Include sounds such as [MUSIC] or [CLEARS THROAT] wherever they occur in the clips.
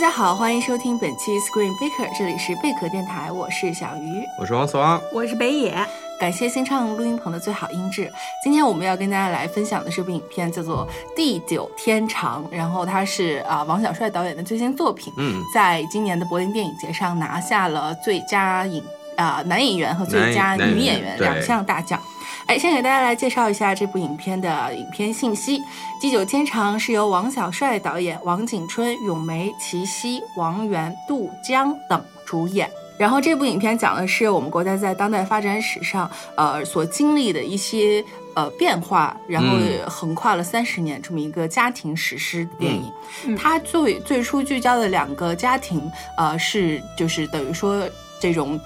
家好，欢迎收听本期 Screen Baker，这里是贝壳电台，我是小鱼，我是王思王。我是北野，感谢新唱录音棚的最好音质。今天我们要跟大家来分享的这部影片叫做《地久天长》，然后它是啊、王小帅导演的最新作品，嗯，在今年的柏林电影节上拿下了最佳影啊、男演员和最男佳男女演演员员对两项大奖。哎，先给大家来介绍一下这部影片的影片信息。《地久天长》是由王小帅导演、王景春、咏梅、齐溪、王源、杜江等主演。然后这部影片讲的是我们国家在当代发展史上，呃，所经历的一些呃变化，然后嗯横跨了三十年这么一个家庭史诗电影。嗯它最最初聚焦的两个家庭，呃，是就是等于说这种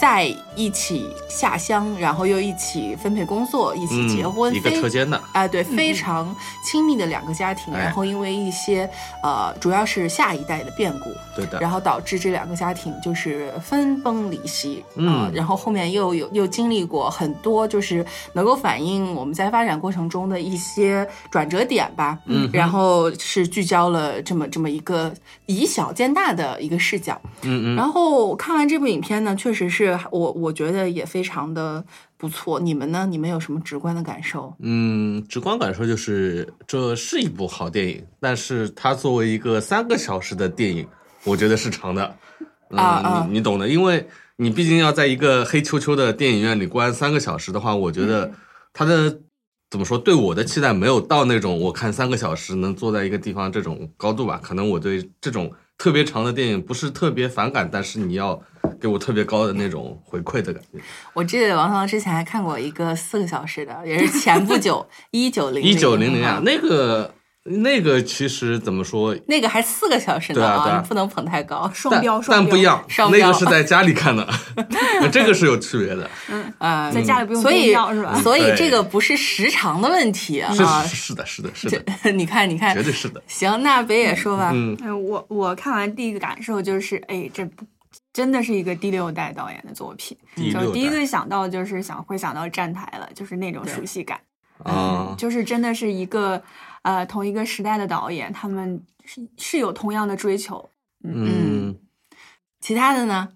在一起下乡，然后又一起分配工作，一起结婚，嗯一个非车间的，啊、对，非常亲密的两个家庭，嗯哎然后因为一些呃，主要是下一代的变故，对的，然后导致这两个家庭就是分崩离析，嗯啊然后后面又有又经历过很多，就是能够反映我们在发展过程中的一些转折点吧，嗯哼然后是聚焦了这么这么一个以小见大的一个视角，嗯嗯，然后看完这部影片呢，确实是我我觉得也非常的不错，你们呢？你们有什么直观的感受？嗯，直观感受就是这是一部好电影，但是它作为一个三个小时的电影，我觉得是长的，嗯，啊啊你你懂的，因为你毕竟要在一个黑秋秋的电影院里关三个小时的话，我觉得它的。怎么说？对我的期待没有到那种我看三个小时能坐在一个地方这种高度吧。可能我对这种特别长的电影不是特别反感，但是你要给我特别高的那种回馈的感觉。我记得王涛之前还看过一个四个小时的，也是前不 [LAUGHS] 久一九零一九零零啊啊，，那个那个其实怎么说？那个还四个小时呢对啊对啊你不能捧太高。双标，但双但标不一，样，双那标个是在家里看的，这个是有区别的，啊、嗯在家里不用所备以料是吧？所以对这个不是时长的问题啊。是是是的，是的，是的，这 [LAUGHS] 你看，你看绝，对是的。行，那北野说吧。嗯，嗯，我我看完第一个感受就是，哎，这不真的是一个第六代导演的作品。第就六第一代个想到就是想会想到站台了，就是那种熟悉感，啊，就是真的是一个呃同一个时代的导演，他们是是有同样的追求。嗯，其他的呢？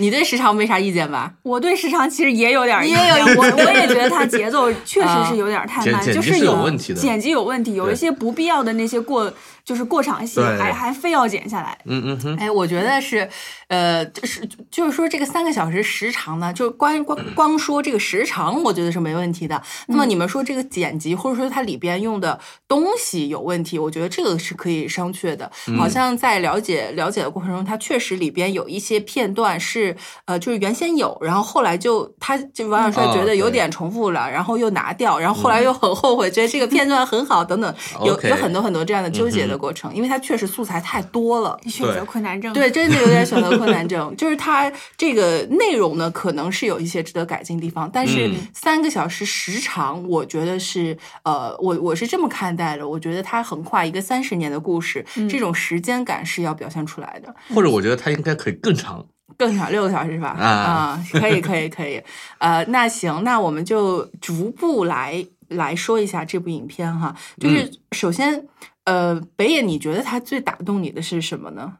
你对时长没啥意见吧？我对时长其实也有点儿你意也见，有我我也觉得它节 [LAUGHS] 奏确实是有点儿太啊剪慢，剪就辑是有有问题的剪辑有问题，有一对些不必要的那些过就是过场戏，对还还非要剪下来。嗯嗯哼，哎，我觉得是，呃，就是就是说这个三个小时时长呢，就光光光说这个时长，我觉得是没问题的。那嗯么你们说这个剪辑，或者说它里边用的东西有问题，我觉得这个是可以商榷的。嗯好像在了解了解的过程中，它确实里边有一些片段是，呃，就是原先有，然后后来就他就王小帅哦觉得有对嗯点重复了，然后又拿掉，然后后来又很后悔，觉得这个片段很好， [LAUGHS] 等等，有有 OK 嗯很多很多这样的纠结的过程，因为它确实素材太多了。选择困难 [LAUGHS] 症，对，真的有点选择困难症。就是它这个内容呢，可能是有一些值得改进的地方，但是嗯三个小时时长，我觉得是呃，我我是这么看待的。我觉得它横跨一个三十年的故事，嗯这种时间感是要表现出来的。或者我觉得它应该可以更长。更长六个小时是吧？啊可以，可以，可以。呃，那行，那我们就逐步来来说一下这部影片哈。嗯就是首先，呃，北野，你觉得它最打动你的是什么呢？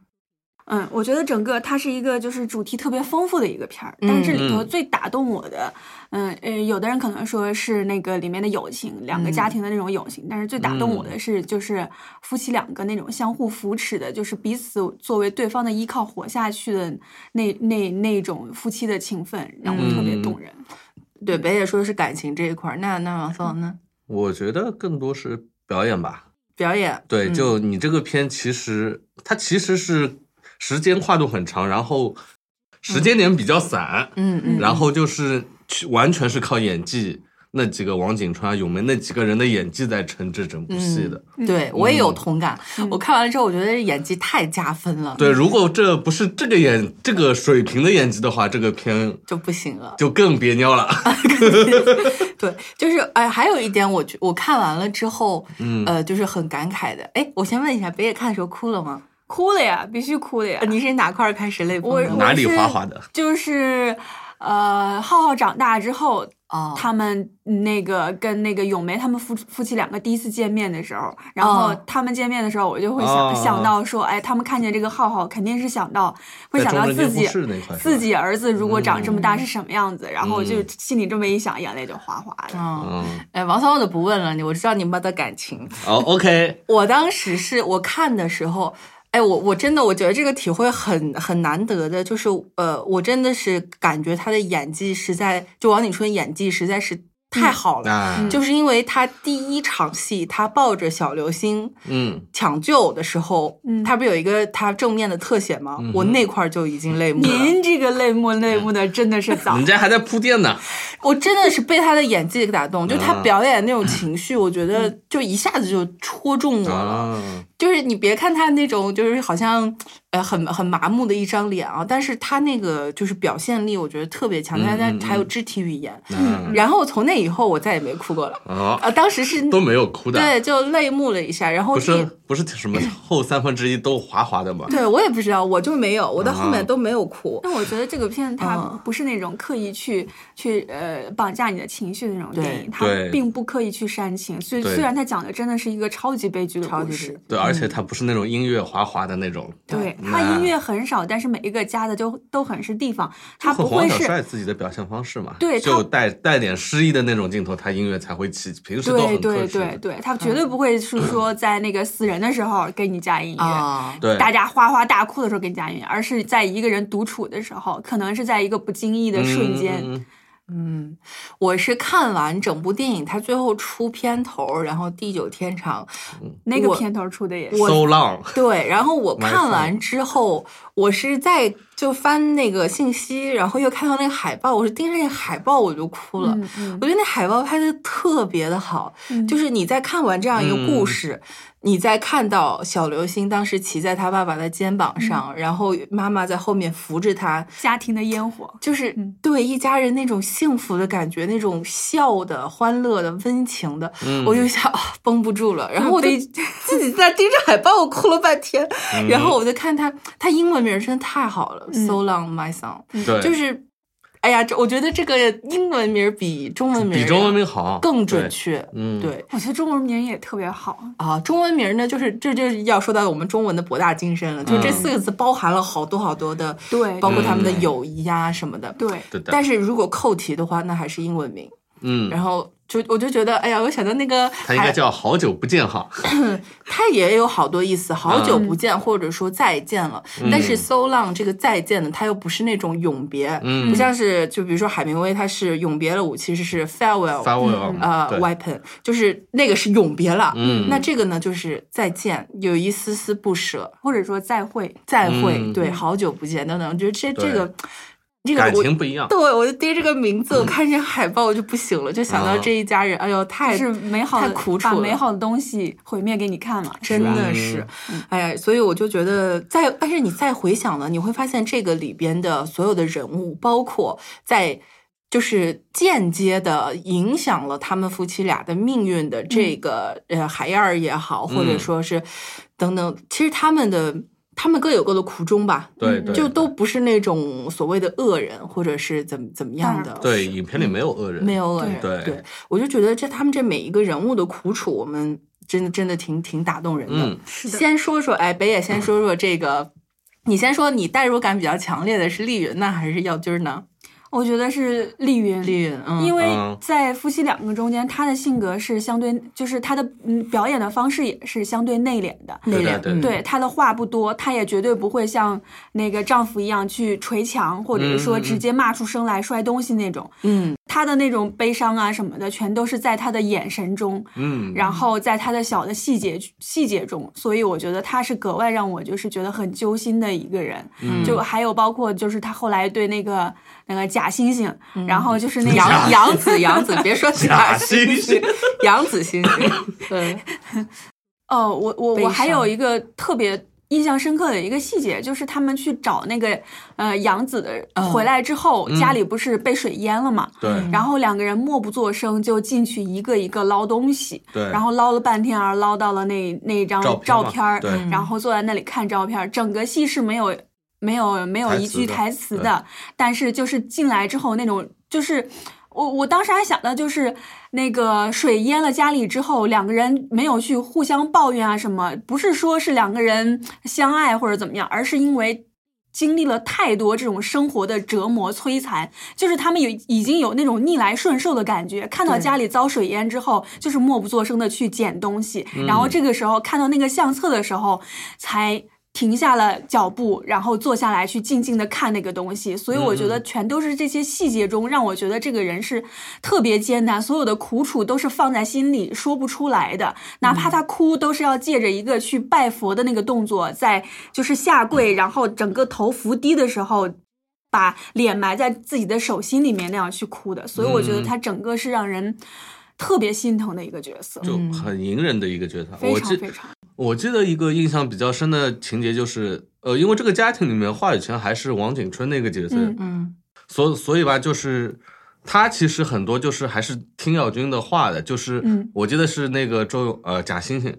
嗯，我觉得整个它是一个就是主题特别丰富的一个片儿，但是这里头最打动我的，嗯呃，有的人可能说是那个里面的友情，两个家庭的那种友情，但是最打动我的是就是夫妻两个那种相互扶持的，就是彼此作为对方的依靠活下去的那那那种夫妻的情分，让我特别动人。对，嗯北野说的是感情这一块儿，那那王思王呢？我觉得更多是表演吧，表演，对，嗯就你这个片其实它其实是时间跨度很长，然后时间点比较散，嗯嗯，然后就是去完全是靠演技，那几个王景川、咏梅那几个人的演技在撑这整部戏的。嗯对我也有同感。我看完了之后，我觉得演技太加分了，对，如果这不是这个演这个水平的演技的话，这个片就不行了。就更别尿了。对，就是哎，还有一点我，觉我看完了之后，嗯，呃，就是很感慨的。哎，我先问一下，北野看的时候哭了吗？哭了呀，必须哭了呀！呃你是哪块儿开始泪崩我的我哪里是滑滑的？就是，呃，浩浩长大之后，哦，他们那个跟那个咏梅他们夫夫妻两个第一次见面的时候，然后哦他们见面的时候，我就会想、哦想到说，哎，他们看见这个浩浩，肯定是想到会想到自己自己儿子如果长这么大是什么样子，然后就嗯心里这么一想，眼泪就哗哗的。嗯，嗯，哎，王三我就不问了，你我知道你们的感情。哦，OK，我当时是我看的时候，哎，我我真的我觉得这个体会很很难得的，就是呃，我真的是感觉他的演技实在，就王景春演技实在是嗯太好了，那就是因为他第一场戏他抱着小流星嗯，抢救的时候，嗯他不是有一个他正面的特写吗？嗯哼我那块儿就已经泪目了，您这个泪目泪目的真的是早 [LAUGHS] 人，家还在铺垫呢，我真的是被他的演技给打动，就他啊表演那种情绪，我觉得就一下子就戳中我了。啊，就是你别看他那种，就是好像呃很很麻木的一张脸啊，但是他那个就是表现力，我觉得特别强，嗯他他嗯还有肢体语言。嗯，然后从那以后，我再也没哭过了。哦，啊，当时是都没有哭的，对，就泪目了一下，然后不是一不是什么后三分之一都滑滑的嘛，对我也不知道，我就没有，我到后啊面都没有哭。但我觉得这个片它嗯不是那种刻意去、去呃绑架你的情绪的那种电影，它对并不刻意去煽情。所以对虽然它讲的真的是一个超级悲剧的超故级事，对，而且它不是那种音乐滑滑的那种，对嗯它音乐很少，但是每一个加的就都很是地方，它和不黄会小是。帅自己的表现方式嘛，对他就带带点诗意的那种镜头，他音乐才会起，平时都对很克对制对的。对，它绝对不会是说在那个死人的时候给你加音乐，啊，对大家哗哗大哭的时候给你加音乐，而是在一个人独处的时候，可能是在一个不经意的瞬间，嗯嗯嗯嗯，我是看完整部电影，它最后出片头，然后地久天长，那个我片头出的也是。嗯 [LAUGHS] so long，对，然后我 My 看完之后，我是在就翻那个信息，然后又看到那个海报，我是盯着那个海报我就哭了。嗯嗯我觉得那海报拍的特别的好，嗯就是你在看完这样一个故嗯事，你在看到小流星当时骑在他爸爸的肩膀上，然后妈妈在后面扶着他，家庭的烟火，就是嗯对一家人那种幸福的感觉，那种笑的、欢乐的、温情的，嗯我就想、啊绷不住了，然后我就 [LAUGHS] 悲自己在盯着海报，我哭了半天。嗯然后我就看他，他英文名儿真的太好了、嗯 s o long my song，对，就是，哎呀，这我觉得这个英文名儿比中文名比儿中要文名好，更准对。确。嗯，对我觉得中文名也特别好，啊，中文名儿呢，就是这就是要说到我们中文的博大精深了，就是这嗯四个字包含了好多好多的，对包括他们的嗯友谊呀、什么的。对，对的。但是如果扣题的话，那还是英文名。嗯，然后就我就觉得，哎呀，我想到那个他应该海，叫好久不见好。它也有好多意思，好久嗯不见，或者说再见了。但是 so long 这个再见呢，它又不是那种永别，嗯不像是就比如说海明威，他是永别了我，其实是 farewell， farewell，呃对，weapon，就是那个是永别了。嗯那这个呢，就是再见，有一丝丝不舍，或者说再会，再会，嗯对，好久不见等等，我觉得这这个。这个感我嗯情不一样。对，我就盯这个名 [LAUGHS] 字，我看见海报我就不行了，就想到啊这一家人，哎呦，太是美好太的苦楚把了美好的东西毁灭给你看嘛，真是吧嗯的是，哎呀，所以我就觉得再，但是你再回想呢，你会发现这个里边的所有的人物，包括在就是间接的影响了他们夫妻俩的命运的这个、呃海燕儿也好，或者嗯说是等等，其实他们的他们各有各的苦衷吧，对对，就都不是那种所谓的恶人，或者是怎么怎么样的，对，影片里没有恶人，没有恶人。对对我就觉得这他们这每一个人物的苦楚，我们真的真的挺挺打动人的。嗯是的，先说说，哎，北野先说说这个，你先说你代入感比较强烈的是丽云呢，还是耀军呢？我觉得是丽云，丽云，嗯，因为嗯在夫妻两个中间，她的性格是相对，就是她的嗯表演的方式也是相对内敛的。内对敛，对嗯对，她的话不多，她也绝对不会像那个丈夫一样去捶墙，或者是嗯说嗯嗯直接骂出声来摔东西那种。嗯她的那种悲伤啊什么的，全都是在她的眼神中，嗯，然后在他的小的细节细节中，所以我觉得他是格外让我就是觉得很揪心的一个人。嗯就还有包括就是他后来对那个那个假惺惺，嗯然后就是那个杨杨子，杨子，别说假星惺星惺，杨子 [LAUGHS] 星星，对，哦，我我悲我还有伤一个特别印象深刻的一个细节，就是他们去找那个呃杨子的嗯回来之后，家里不是被水淹了嘛，对然后两个人默不作声就进去一个一个捞东西，对，然后捞了半天而捞到了那那一张照片嘛照片儿，对然后坐在那里看照片儿，整个戏是没有没有没有一句台词的，台词但是就是进来之后那种，就是我我当时还想到就是那个水淹了家里之后，两个人没有去互相抱怨啊什么，不是说是两个人相爱或者怎么样，而是因为。经历了太多这种生活的折磨摧残，就是他们有已经有那种逆来顺受的感觉。看到对家里遭水淹之后，就是默不作声的去捡东西，然后这个时候看到那个相册的时候，才停下了脚步，然后坐下来去静静的看那个东西。所以我觉嗯得全都是这些细节中，让我觉得这个人是特别艰难，所有的苦楚都是放在心里说不出来的。哪嗯怕他哭，都是要借着一个去拜佛的那个动作，在就是下嗯跪，然后整个头伏低的时候。把脸埋在自己的手心里面那样去哭的，所以我觉嗯得他整个是让人特别心疼的一个角色，就很隐忍的一个角色。非嗯我常记非常我记得一个印象比较深的情节就是，呃，因为这个家庭里面话语权还是王景春那个角色，嗯嗯所所以吧，就是他其实很多就是还是听耀军的话的，就是嗯我记得是那个周勇呃贾星星，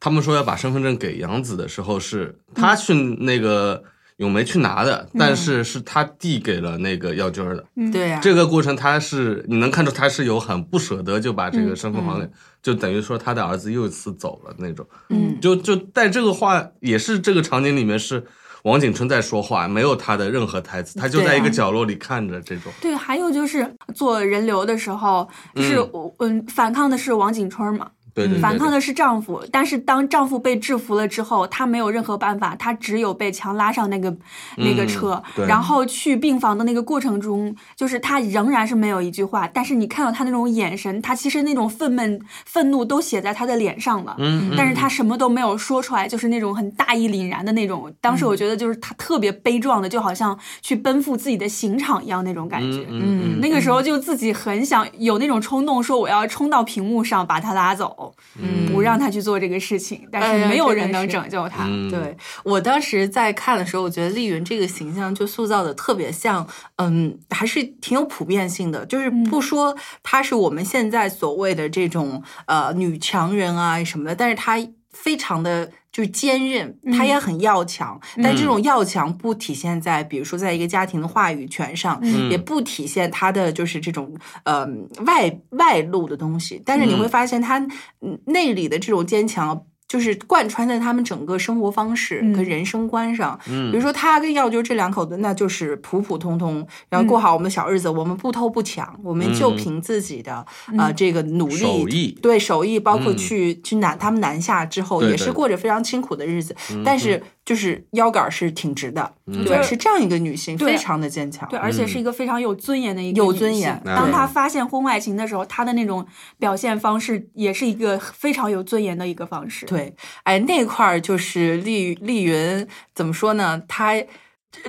他们说要把身份证给杨子的时候，是嗯他去那个咏梅去拿的，但是是他递给了那个耀军儿的。嗯对呀、这个过程他是你能看出他是有很不舍得就把这嗯个身份还给，就等于说他的儿子又一次走了那种。嗯就就但这个话也是这个场景里面是王景春在说话，没有他的任何台词，他就对啊在一个角落里看着这种。对，还有就是做人流的时候，是嗯我嗯反抗的是王景春嘛，对嗯嗯对对反抗对的是丈夫，但是当丈夫被制服了之后，她没有任何办法，她只有被强拉上那个那个嗯车，对然后去病房的那个过程中，就是她仍然是没有一句话，但是你看到她那种眼神，她其实那种愤懑、愤怒都写在她的脸上了。嗯，嗯但是她什么都没有说出来，就是那种很大义凛然的那种。当嗯时我觉得就是她特别悲壮的，就好像去奔赴自己的刑场一样那种感觉。嗯嗯那个时候就自己很想有那种冲动，说我要冲到屏幕上把他拉走，嗯不让他去做这个事情，哎但是没有人能拯救他。嗯，对我当时在看的时候，我觉得丽云这个形象就塑造的特别像，嗯，还是挺有普遍性的。就是嗯不说她是我们现在所谓的这种呃女强人啊什么的，但是她非常的。就是坚韧，她嗯也很要强，但这种要强不体现在，比如说在一个家庭的话语权上，嗯也不体现她的就是这种呃外外露的东西。但是你会发现，她嗯内里的这种坚强，就是贯穿在他们整个生活方式嗯跟人生观上。嗯比如说他跟耀军这两口子，那就是普普通通，然后过好我们的小日子，我们不偷不抢，我们就嗯凭自己的呃这个努力手艺对手艺，包括嗯去去南他们南下之后，对也对嗯是过着非常清苦的日子，但是就是腰杆儿是挺直的，就对，是是这样一个女性，对非常的坚强对，。而且是一个非常有尊严的一个有女性尊严当对她发现婚外情的时候，她的那种表现方式也是一个非常有尊严的一个方式。对，哎，那块儿就是丽丽云怎么说呢？她这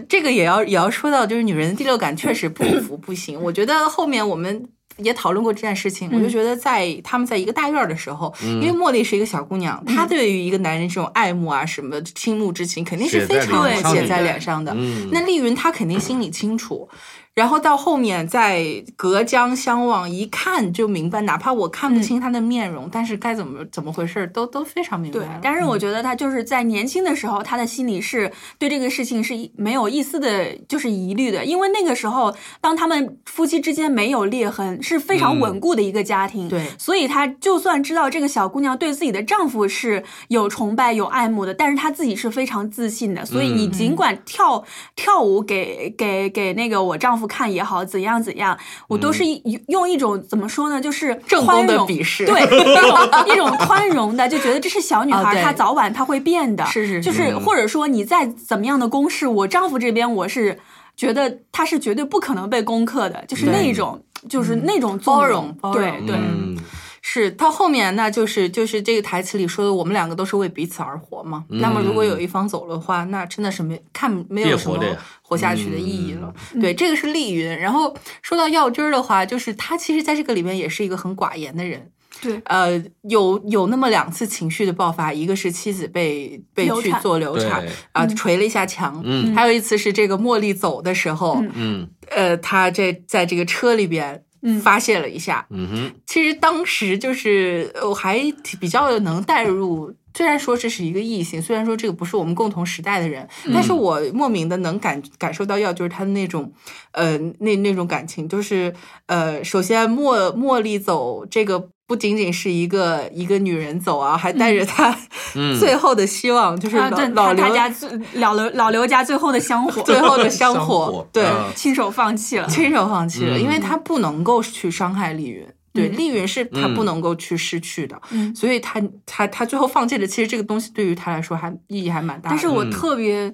这个也要也要说到，就是女人的第六感确实不 [CLEARS THROAT] 服不行。我觉得后面我们。也讨论过这件事情，我就嗯觉得在他们在一个大院儿的时候，因为茉莉是一个小姑娘，嗯她对于一个男人这种爱慕啊、什么倾慕之情，肯定是写非在常脸上写的在脸上的。嗯那丽云她肯定心里清楚，然后到后面再隔江相望，一看就明白，哪怕我看不清她的面容，但是该怎么怎么回事儿都都非常明白对了。，嗯但是我觉得她就是在年轻的时候，她的心里是对这个事情是一没有一丝的，就是疑虑的，因为那个时候，当他们夫妻之间没有裂痕，是非常嗯稳固的一个家庭。对所以她就算知道这个小姑娘对自己的丈夫是有崇拜、有爱慕的，但是她自己是非常自信的。所以嗯你尽管跳、跳舞给给给那个我丈夫看也好，怎样怎样，我都是一、用一种怎么说呢，就是嗯正宫的宽容鄙视 [LAUGHS] 对一种一种宽容的，就觉得这是小女啊孩，对她早晚她会变的。是是是嗯就是或者说你再怎么样的攻势，我丈夫这边我是觉得他是绝对不可能被攻克的，就是对那种。就是那种纵包容包对容对，嗯是到后面，那就是就是这个台词里说的，我们两个都是为彼此而活嘛。那么如果有一方走了的话，那真的是没看没有别什活么着呀活下去的意义了。对，这个是丽云。然后说到耀军儿的话，就是他其实在这个里面也是一个很寡言的人。对呃，有有那么两次情绪的爆发，一个是妻子被被流去产做流产对啊、捶了一下墙，嗯还有一次是这个茉莉走的时候，嗯嗯呃，他这在这个车里边嗯发泄了一下，嗯哼，其实当时就是呃我还挺比较能带入虽然说这是一个异性，虽然说这个不是我们共同时代的人，但嗯是我莫名的能感感受到要就是他的那种，呃，那那种感情，就是呃，首先茉茉莉走这个。不仅仅是一个一个女人走啊，还带着她嗯最后的希望，就是啊，老对，老他他刘家最老刘老刘家最后的香火， [LAUGHS] 最 [LAUGHS] 后的香香火火，对，嗯亲手放弃了。 [LAUGHS] 亲手放弃了，嗯因为他不能够去伤害丽云。对，嗯丽云是他嗯不能够去失去的，嗯所以他他他最后放弃了。其实这个东西对于他来说还意义还蛮大的。 [LAUGHS] 但是我嗯特别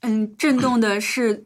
嗯震动的是，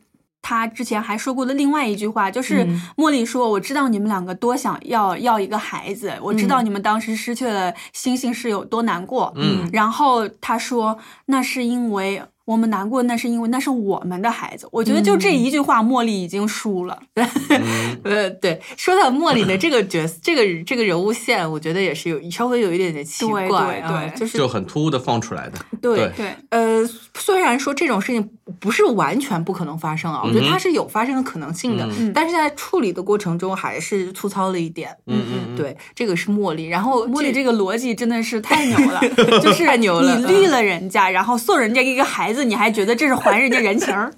他之前还说过的另外一句话，就是嗯茉莉说：“我知道你们两个多想要要一个孩子，我知嗯道你们当时失去了星星是有多难过。”嗯然后他说：“那是因为。”我们难过，那是因为那是我们的孩子。我觉得就嗯这一句话，茉莉已经输了。嗯呃，对，说到茉莉的这个角色，这个这个人物线，我觉得也是有稍微有一点点奇对怪对啊，对就是就很突兀的放出来的，对对对，呃，虽然说这种事情不是完全不可能发生啊，我觉得嗯哼它是有发生的可能性的，嗯但是在处理的过程中还是粗糙了一点。嗯嗯嗯，对，这个是茉莉，然后茉莉这这个逻辑真的是太 [LAUGHS] 牛了，就是太牛了嗯你绿了人家，然后送人家一个孩子，你还觉得这是还人家人情儿？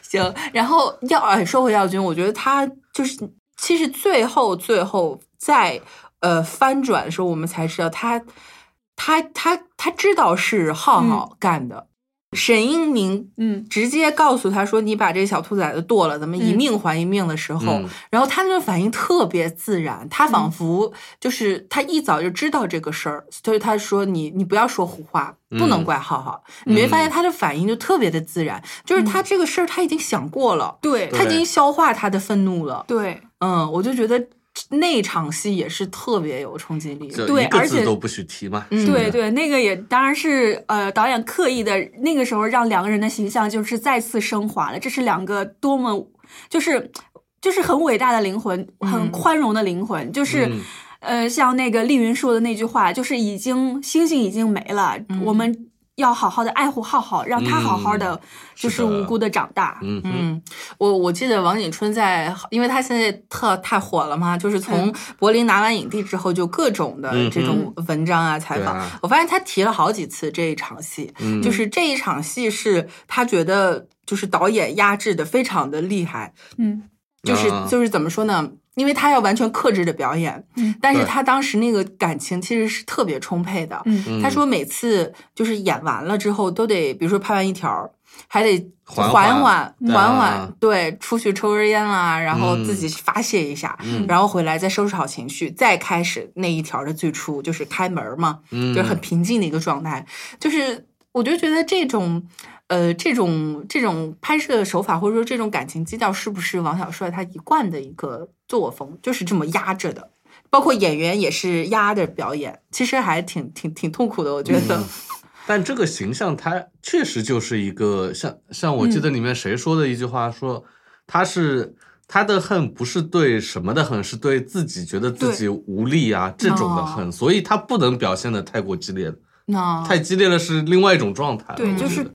行，然后耀哎，说回耀军，我觉得他就是其实最后最后在呃翻转的时候，我们才知道他他他他知道是浩浩干的。沈英宁嗯，直接告诉他说：“你把这小兔崽子剁了，咱们一嗯命还一命。”的时候，嗯然后他那个反应特别自然，他仿佛就是他一早就知道这个事儿，所以他说你你不要说胡话，不能嗯怪浩浩。你没发现他的反应就特别的自然，就是嗯他这个事儿他已经想过了，对他已经消化他的愤怒了。对嗯，我就觉得那场戏也是特别有冲击力的。就对一个而且字都不许提嘛，嗯是不是对，对，那个也当然是呃导演刻意的，那个时候让两个人的形象就是再次升华了，这是两个多么就是就是很伟大的灵魂，很宽容的灵魂，就是。嗯呃，像那个丽云说的那句话，就是已经星星已经没了，我们要好好的爱护浩浩，让他好好的嗯，就是是的无辜的长大。嗯嗯嗯，我我记得王景春在，因为他现在特太火了嘛，就是从柏林拿完影帝之后，就各种的嗯这种文章啊、采访对啊，我发现他提了好几次这一场戏，嗯就是这一场戏是他觉得就是导演压制的非常的厉害，嗯就是啊就是怎么说呢？因为他要完全克制的表演，嗯但是对他当时那个感情其实是特别充沛的。嗯嗯他说每次就是演完了之后，都得比如说拍完一条儿，还得缓缓缓缓对缓啊缓，对，出去抽根烟啦，然后嗯自己发泄一下，嗯然后回来再收拾好情绪，再开始那一条的最初就是开门嘛，嗯就是很平静的一个状态。就是我就觉得这种，呃，这种这种拍摄手法或者说这种感情基调，是不是王小帅他一贯的一个作风，就是这么压着的？包括演员也是压着表演，其实还挺挺挺痛苦的，我觉得。嗯但这个形象，它确实就是一个像像我记得里面谁说的一句话说，他是他的恨不是对什么的恨，是对自己觉得自己无力啊这种的恨，所以他不能表现的太过激烈，那太激烈了是另外一种状态。对，我觉就得是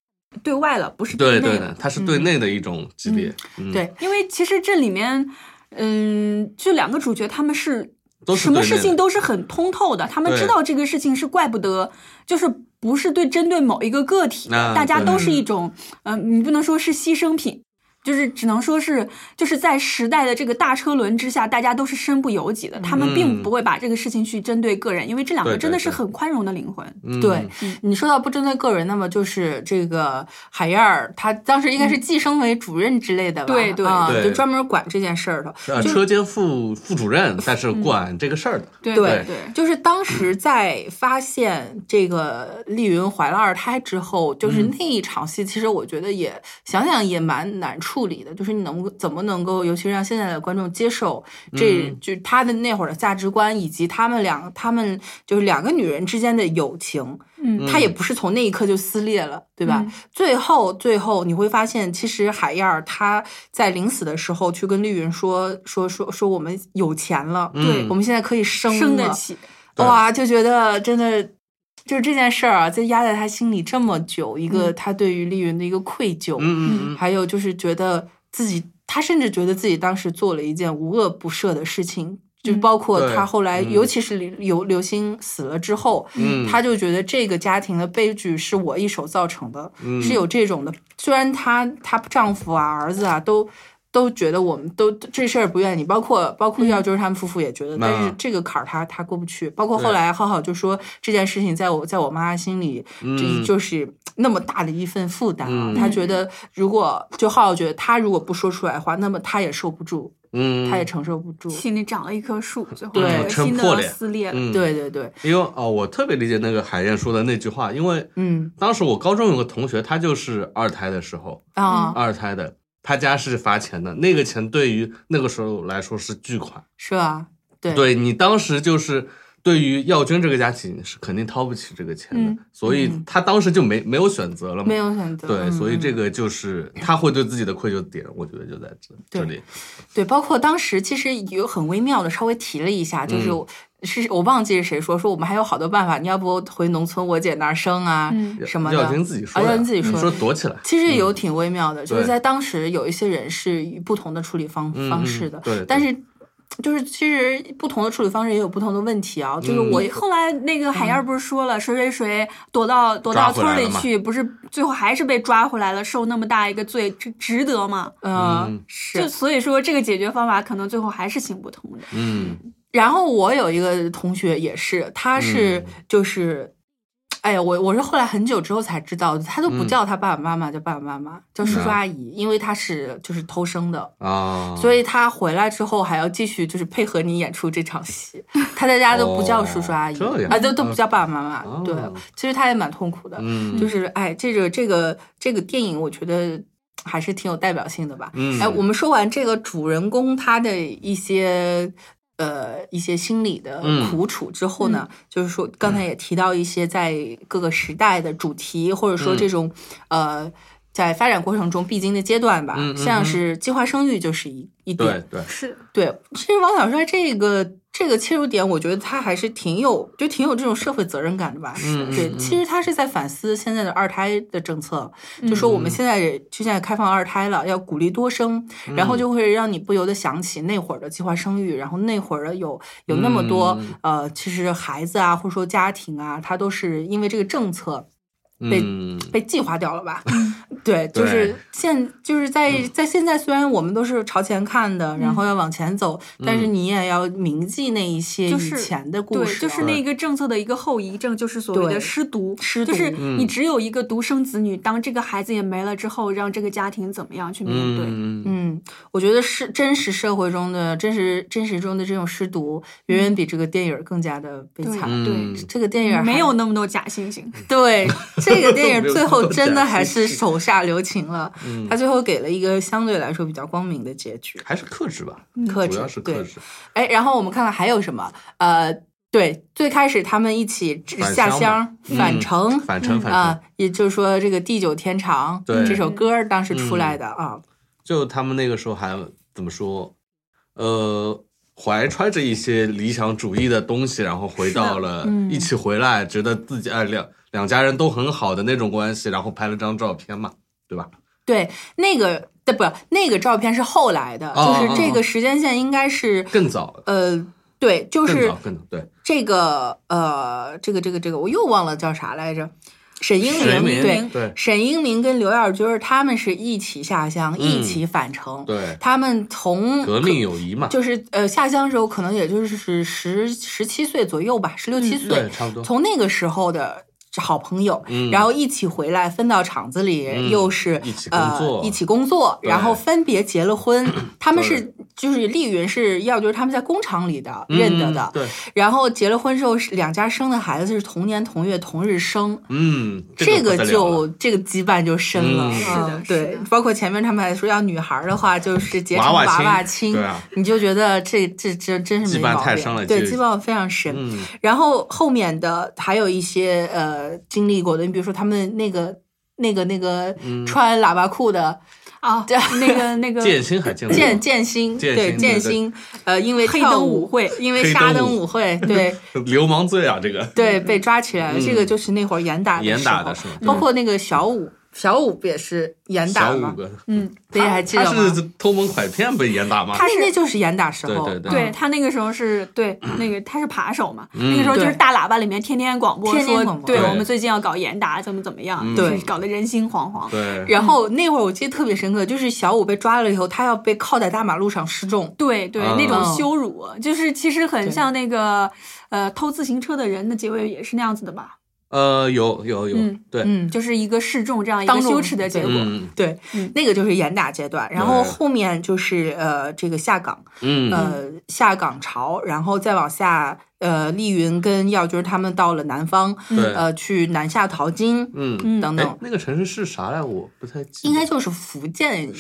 对外了，不嗯是对内对了的，。它是对内的一种激烈，嗯对因为其实这里面，嗯，就两个主角他们是都是什么对内事的情都是很通透的，他们对知道这个事情是怪不得，就是不是对针对某一个个体的，啊大家对都是一种，嗯、你不能说是牺牲品。就是只能说是，就是在时代的这个大车轮之下，大家都是身不由己的。他们并嗯不会把这个事情去针对个人，因为这两个对对真的是对很宽容的灵魂。嗯对，你说到不针对个人，那么就是这个海燕儿，她当时应该是计生委主任之类的吧？对对啊，嗯对就专门管这件事儿的。呃，车间副副主任，但是管这个事儿的，对对对，就是当时在发现这个丽云怀了二胎之后，就是嗯那一场戏，其实我觉得也想想也蛮难处理的，就是你能怎么能够，尤其是让现在的观众接受这，嗯就他的那会儿的价值观，以及他们两他们就是两个女人之间的友情，嗯他也不是从那一刻就撕裂了，对吧？最后，最后你会发现，其实海燕儿她在临死的时候去跟丽云说说说说我们有钱了，对我们现在可以生生得了起。对哇，就觉得真的就是这件事儿啊，就压在他心里这么久，一个他对于丽云的一个愧疚，嗯嗯嗯嗯，还有就是觉得自己，他甚至觉得自己当时做了一件无恶不赦的事情，就包括嗯对他后来，嗯尤其是刘刘刘星死了之后，嗯他就觉得这个家庭的悲剧是我一手造成的，嗯是有这种的。虽然她她丈夫啊、儿子啊都都觉得我们都这事儿不愿意，包括包括耀就是他们夫妇也觉得，嗯但是这个坎儿他他过不去。包括后对来浩浩就说这件事情在我在我妈心里，这嗯就是那么大的一份负担啊。嗯他觉得如果就浩浩觉得他如果不说出来的话，那么他也受不住，嗯，他也承受不住。心里长了一棵树，最后对这个撑心破都裂撕裂了。嗯，对对对，因为哦，我特别理解那个海燕说的那句话，因为嗯当时我高中有个同学，他就是二胎的时候，啊，二胎的，他家是罚钱的，那个钱对于那个时候来说是巨款，是吧？对对你当时就是。对于耀军这个家庭是肯定掏不起这个钱的，嗯所以嗯他当时就没没有选择了嘛，没有选择。对，嗯所以嗯这个就是他会对自己的愧疚点，我觉得就在这对这里。对，包括当时其实有很微妙的稍微提了一下，就是嗯我、是我忘记是谁说，说我们还有好多办法，你要不回农村我姐那儿生啊、嗯什么耀的军。自己说啊的，耀军自己说你的说躲起来，其实有挺微妙的，就是嗯对在当时有一些人是以不同的处理方、嗯方式的，嗯对对但是就是其实不同的处理方式也有不同的问题啊。就是我、后来那个海燕不是说了，谁谁谁躲到躲抓到回村来里了嘛去，不是最后还是被抓回来了，受那么大一个罪，这值得吗？呃嗯是就所以说这个解决方法可能最后还是行不通的。嗯然后我有一个同学也是，他嗯是就是，哎呀，我我是后来很久之后才知道，他都不嗯叫他爸爸妈妈，叫爸爸妈妈，叫叔叔嗯阿姨，因为他是就是偷生的，啊，所以以他回来之后还要继续就是配合你演出这场戏，他在家都不叫叔叔阿姨，哦这样啊，都都不叫爸爸妈妈，哦对，其实他也蛮痛苦的，嗯就是哎，这个这个这个电影，我觉得还是挺有代表性的吧。嗯哎，我们说完这个主人公他的一些呃一些心理的嗯苦楚之后呢，就是说刚才也提到一些在各个时代的主题，或者说嗯这种、呃在发展过程中必经的阶段吧，嗯嗯嗯像是计划生育就是一一对点。对，是，对，其实王小帅这个。这个切入点，我觉得他还是挺有，就挺有这种社会责任感的吧。嗯对，嗯其实他是在反思现在的二胎的政策，嗯就说嗯我们现在也就现在开放二胎了，要鼓励多生，然后嗯就会让你不由得想起那会儿的计划生育，然后那会儿的有有那么多嗯呃，其实孩子啊，或者说家庭啊，他都是因为这个政策被嗯被计划掉了吧？嗯 [LAUGHS] 对，就是对嗯现就是在在现在，虽然我们都是朝前看的，嗯然后要往前走，嗯但是你也要铭记那一些就以是前的故对，事啊，就是那个政策的一个后遗症，就是所谓对的失独，失独就是你只有一个独生子女，当这个孩子也没了之后，让这个家庭怎么样去面对？嗯嗯，我觉得是真实社会中的真实真实中的这种失独，远远比这个电影儿更加的悲嗯对惨。嗯对，这个电影儿还没有那么多假惺惺。 [LAUGHS] 对这个电影儿最后真的还没是有那么多假戏手下留情了，嗯他最后给了一个相对来说比较光明的结局，还是克制吧，嗯克主制要是克对。制。哎，然后我们看看还有什么？呃，对，最开始他们一起返下乡乡嘛返嗯城返程返啊程，，也就是说这个地久天长对嗯这首歌儿当时出来的啊，就他们那个时候还怎么说，呃，怀揣着一些理想主义的东西，然后回到了嗯一起回来，觉得自己哎两两家人都很好的那种关系，然后拍了张照片嘛，对吧？对，那个对不，那个照片是后来的，哦就是这个时间线应该是更早，呃，对，就更是早，更早，对，这个呃，这个这个这个，我又忘了叫啥来着。沈英沈明对明对沈英明跟刘耀军儿他们是一起下乡，一起返程。嗯对他们从革命友谊嘛，嗯就是呃下乡的时候，可能也就是十十七岁左右吧，十六七岁、嗯对，差不多。从那个时候的好朋友，嗯然后一起回来，分到厂子里，嗯又是一起工呃作一起工作，对然后分别结了 [CLEARS THROAT] 婚。他们是对就是丽云是要就是他们在工厂里的认得的嗯，对，然后结了婚之后，是两家生的孩子是同年同月同日生。嗯，这个个不得了就了这个羁绊就深了，嗯是的嗯是的对，包括前面他们还说要女孩儿的话，就是结成娃娃娃亲娃亲，对啊你就觉得这这这真是没羁绊毛太病深了对，就羁绊非常深。嗯然后后面的还有一些呃经历过的，你比如说他们那个那个那个嗯穿喇叭裤的啊，那个那个剑心还剑剑剑心，哎剑对剑心对对心，呃，因为黑跳灯舞会，因为黑沙灯灯舞舞 [LAUGHS] 会，对 [LAUGHS] 流氓罪啊，这个对，被抓起来了。这个就是那会儿严打的嗯严时打候的时候嗯包括那个小五。小五不也是严打小五吗？哥，嗯，大家还记他得吗？是偷蒙拐骗被严打吗？他是那就是严打时候，对对对嗯他那个时候是对那个他是扒手嘛，嗯那个时候就是对大喇叭里面天天广播天天说广，播对对我们最近要搞严打，怎么怎么样，嗯就是对搞得人心惶惶。对，然后那会儿我记得特别深刻，就是小五被抓了以后，他要被铐在大马路上示众。对对，那种嗯羞辱，就是其实很对像那个呃偷自行车的人的结尾也是那样子的吧？呃，有有有嗯，对，嗯，就是一个示众这样一个当众羞耻的结果。嗯对嗯，那个就是严打阶段，然后对后面就是呃这个下岗，嗯，呃下岗潮，然后再往下，呃丽云跟耀军他们到了南方，嗯对，呃去南下淘金嗯，嗯，等哎等，，那个城市是啥来？我不太记得，应该就是福建一类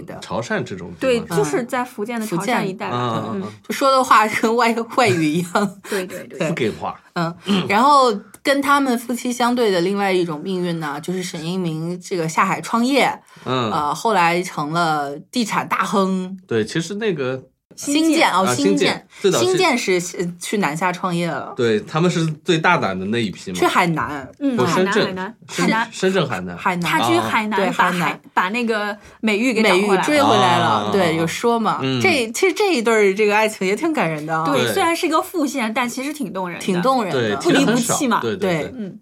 汕的。潮汕这种对，地方就是是在福建的福潮汕建一带吧吧。啊，啊嗯，啊就说的话跟外外语一样，对对对对不给话，嗯，然后跟他们夫妻相对的另外一种命运呢，就是沈英明这个下海创业，嗯，呃，后来成了地产大亨，对，其实那个新建哦，啊新新建建，最早是新建是呃去南下创业了，对他们是最大胆的那一批嘛去，海南，嗯，我海深南海圳南海南深。深圳海南，海南，他去啊海对南海把南海把那个美玉给找美玉回来追了回来了，啊对，有说嘛？嗯这其实这一对儿这个爱情也挺感人的啊，对，对虽然是一个副线，但其实挺动人的，挺。动人对，的。其实不离不很少弃嘛对对对，嗯，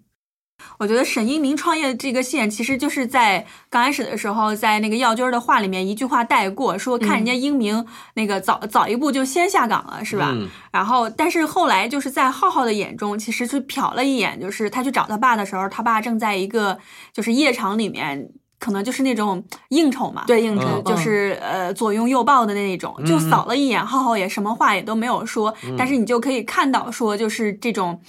我觉得沈一鸣创业这个线，其实就是在刚开始的时候，在那个耀军儿的话里面一句话带过，说看人家英明那个早早一步就先下岗了，是吧？嗯然后，但是后来就是在浩浩的眼中，其实去瞟了一眼，就是他去找他爸的时候，他爸正在一个就是夜场里面，可能就是那种应酬嘛，对应酬、嗯嗯就是呃左拥右抱的那一种，就扫了一眼，浩浩也什么话也都没有说，嗯但是你就可以看到说，就是这种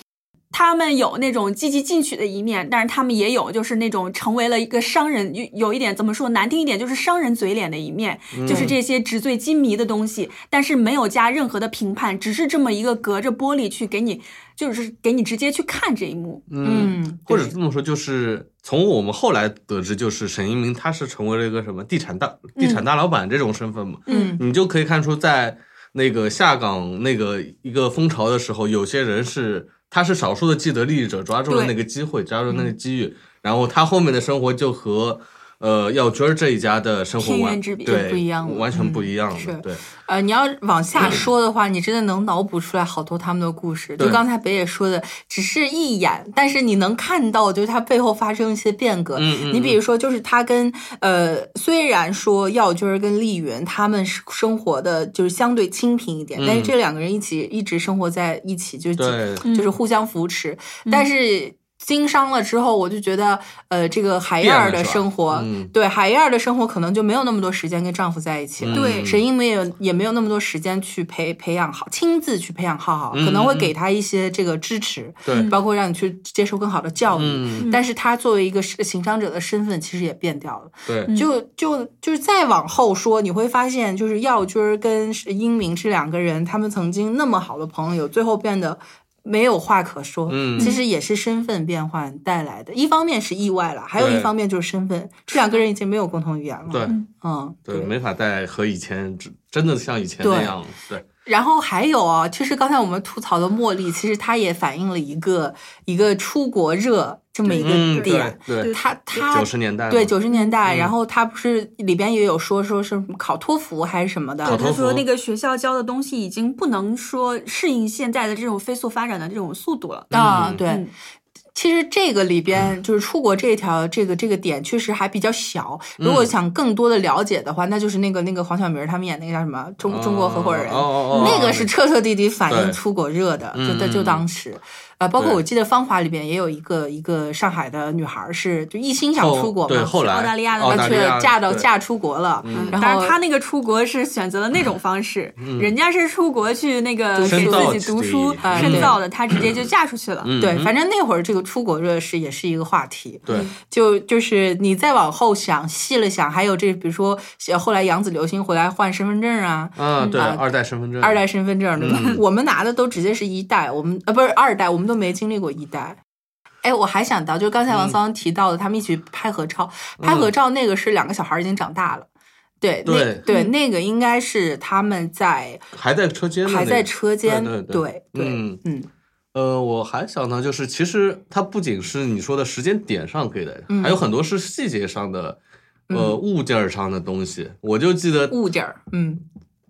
他们有那种积极进取的一面，但是他们也有就是那种成为了一个商人，有有一点怎么说难听一点，就是商人嘴脸的一面，嗯嗯就是这些纸醉金迷的东西，但是没有加任何的评判，只是这么一个隔着玻璃去给你，就是给你直接去看这一幕，嗯。嗯，或对者这么说，就是从我们后来得知，就是沈一鸣他是成为了一个什么地产大地产大老板这种身份嘛，嗯你就可以看出，在那个下岗那个一个风潮的时候，有些人是他是少数的既得利益者，抓住了对那个机会，抓住那个机遇，然后他后面的生活就和呃耀军儿这一家的生活天完渊之别对不一样了完全不嗯一样了。是对，呃，你要往下说的话，你真的能脑补出来好多他们的故事。就嗯对刚才北野说的，只是一眼，但是你能看到，就是他背后发生一些变革。嗯嗯你比如说，就是他跟呃，虽然说耀军儿跟丽云他们是生活的就是相对清贫一点，但是嗯这两个人一起一直生活在一起，就是几对就是互相扶持，但是。经商了之后，我就觉得，呃，这个海燕儿变了的是吧生活，嗯对海燕儿的生活可能就没有那么多时间跟丈夫在一起嗯了。对沈英没有也没有那么多时间去培培养好，亲自去培养浩浩，嗯可能会给他一些这个支持，对包括让你去接受更好的教育。嗯但是他作为一个是行商者的身份，其实也变掉了。对，就就就是再往后说，你会发现，就是耀军儿跟英明这两个人，他们曾经那么好的朋友，最后变得没有话可说。嗯其实也是身份变换带来的，一方面是意外了，还有对一方面就是身份，这两个人已经没有共同语言了。对，嗯，对，没法再和以前真真的像以前对那样了。对，然后还有啊，其实刚才我们吐槽的茉莉，其实它也反映了一个一个出国热这么一嗯，个对点。对，它它九十年代嘛嗯对，九十年代，然后他不是里边也有说说是考托福还是什么的，考对，托他福说那个学校教的东西已经不能说适应现在的这种飞速发展的这种速度了。啊嗯，对。嗯其实这个里边就是出国这一条，这个这个点确实还比较小。如嗯果想更多的了解的话，那就是那个那个黄晓明他们演那个叫什么《中中国合伙人哦》，哦哦，那个是彻彻底底反映对出国热的，就嗯就就嗯当时，呃，包括对我记得《芳华》里边也有一个一个上海的女孩是就一心想后出国对，嘛，后来澳大利亚的澳她大却利亚嫁到对嗯嫁出国了，然但后嗯是他那个出国是选择了那种方式， [LAUGHS] 人家是出国去那个读给深造自己读基地书哎深对造的，他直接就嫁出去了。嗯对，嗯反正那会儿这个出国热是也是一个话题。对，就就是你再往后想细了想，还有这比如说像后来扬子流星回来换身份证啊。嗯，对，啊二代身份证，二代身份证对吧？嗯 [LAUGHS] 我们拿的都直接是一代，我们呃不是二代，我们都没经历过一代。哎，我还想到，就是刚才嗯王桑提到的，他们一起拍合照，拍合照那个是两个小孩已经长大了，对那对对，那个应该是他们在还在车间的那还个，在车间，对对对对对嗯嗯，呃，我还想到就是，其实它不仅是你说的时间点上给的，还有很多是细节上的，呃，物件儿上的东西。我就记得，物件儿，嗯， [LAUGHS]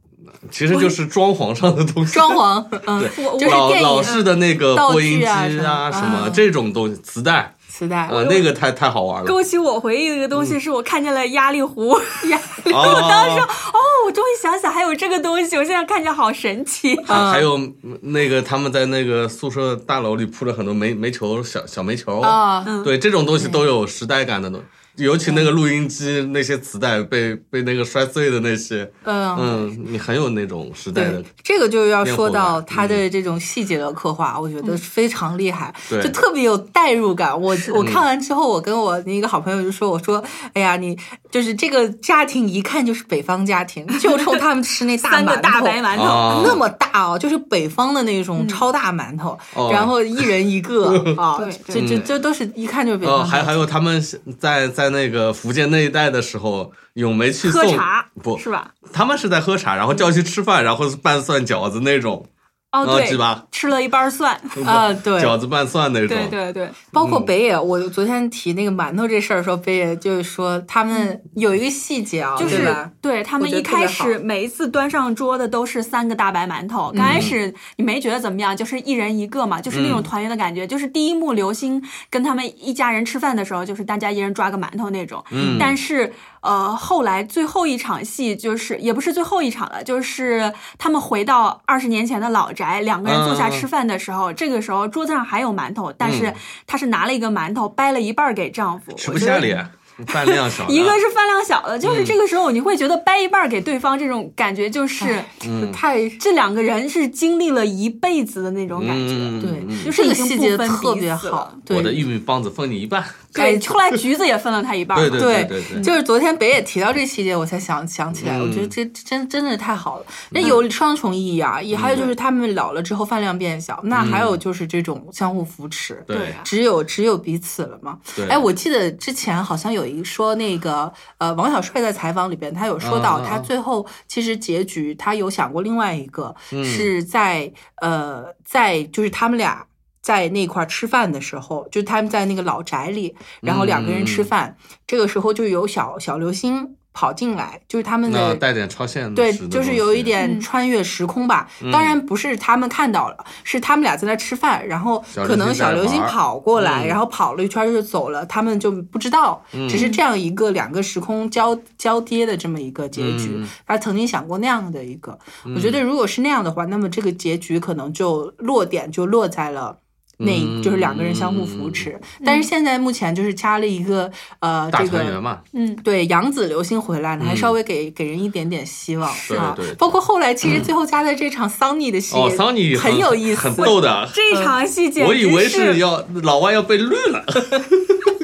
其实就是装潢上的东西，装潢，嗯，我就是老电影老式的那个道具啊播音机什啊，么什么啊这种东西，磁带，磁带，呃，那个太太好玩 [LAUGHS] 了。勾起我回忆的一个东嗯西，是我看见了压力壶，压力。啊我当时哦，我终于想起来还有这个东西，我现在看见好神奇。嗯还还有那个他们在那个宿舍大楼里铺了很多煤煤球，小小煤球啊嗯对这种东西都有时代感的东尤其那个录音机那些磁带被被那个摔碎的那些，嗯嗯，你很有那种时代的对，这个就要说到嗯他的这种细节的刻画，我觉嗯得非常厉害，对嗯就特别有代入感。我我看完之后，我跟我一个好朋友就说：“我说，哎呀，你就是这个家庭一看就是北方家庭，就冲他们吃那大三个馒头，大白馒嗯头，啊，那么大哦，就是北方的那种超大馒头，哦然后一人一 [LAUGHS] 个啊，对这对这这都是一看就是北哦，方还的。还有他们在在那个福建那一带的时候，咏梅去送喝茶不，是吧？他们是在喝茶，然后叫去吃饭，然后是拌蒜饺子那种，哦，啊，记对，吧？吃了一瓣蒜。啊，对，饺子拌蒜那对种，对对，包嗯括北野，我昨天提那个馒头这事儿的时候，北野就是说他们有一个细节啊，就对是吧对他们我觉一得特别开好始每一次端上桌的都是三个大白馒头，刚开嗯始你没觉得怎么样，就是一人一个嘛，就是那种团圆的感觉。就是第一幕刘星跟他们一家人吃饭的时候，就是大家一人抓个馒头那种。嗯但是呃，后来最后一场戏就是也不是最后一场了，就是他们回到二十年前的老宅，两个人坐下嗯嗯嗯吃饭的时候，这个时候桌子上还有馒头，但是嗯她是拿了一个馒头掰了一半儿给丈夫，吃我不觉下得脸，饭量少的，嗯一个是饭量小的，就是这个时候你会觉得掰一半儿给对方这种感觉，就是嗯太这两个人是经历了一辈子的那种感觉。嗯，对嗯嗯，就是这个已经细不节分特彼别此好了。对我的玉米棒子分你一半，对对，哎后来橘子也分了他一半儿对嘛。对对对，就是昨天北野提到这细节，我才想想起来，我觉嗯得这这真真的是太好了，那有双重意义啊！嗯也还有就是他们老了之后饭量变小，那还有就是这种相互扶持，对对啊只有只有彼此了嘛。对哎，我记得之前好像有一说那个呃，王小帅在采访里边，他有说到嗯嗯嗯他最后其实结局他有想过另外一个、嗯是在呃在就是他们俩。在那块儿吃饭的时候，就是他们在那个老宅里，然后两个人嗯吃饭，这个时候就有小小流星跑进来，就是他们那的带点超现实的对东西，，嗯就是有一点嗯穿越时空吧。当然不是他们看到了，是他们俩在那吃饭，然后小可流能星小在流星玩儿跑过来，嗯然后跑了一圈就走了，他们就不知道，只是这样一个两个时空交交跌的这么一个结局嗯。他曾经想过那样的一个，我觉得如果是那样的话，那么这个结局可能就落点就落在了。那一就是两个人相互嗯扶持，但是现在目前就是加了一个呃，大这个团圆嘛，嗯，对扬子流星回来了，还嗯稍微给、给人一点点希望对啊。对对嗯包括后来其实最后加在这场桑尼的戏，哦，桑尼很有意思，很逗的，这场戏简直我以为是是要老外要被绿了， [LAUGHS]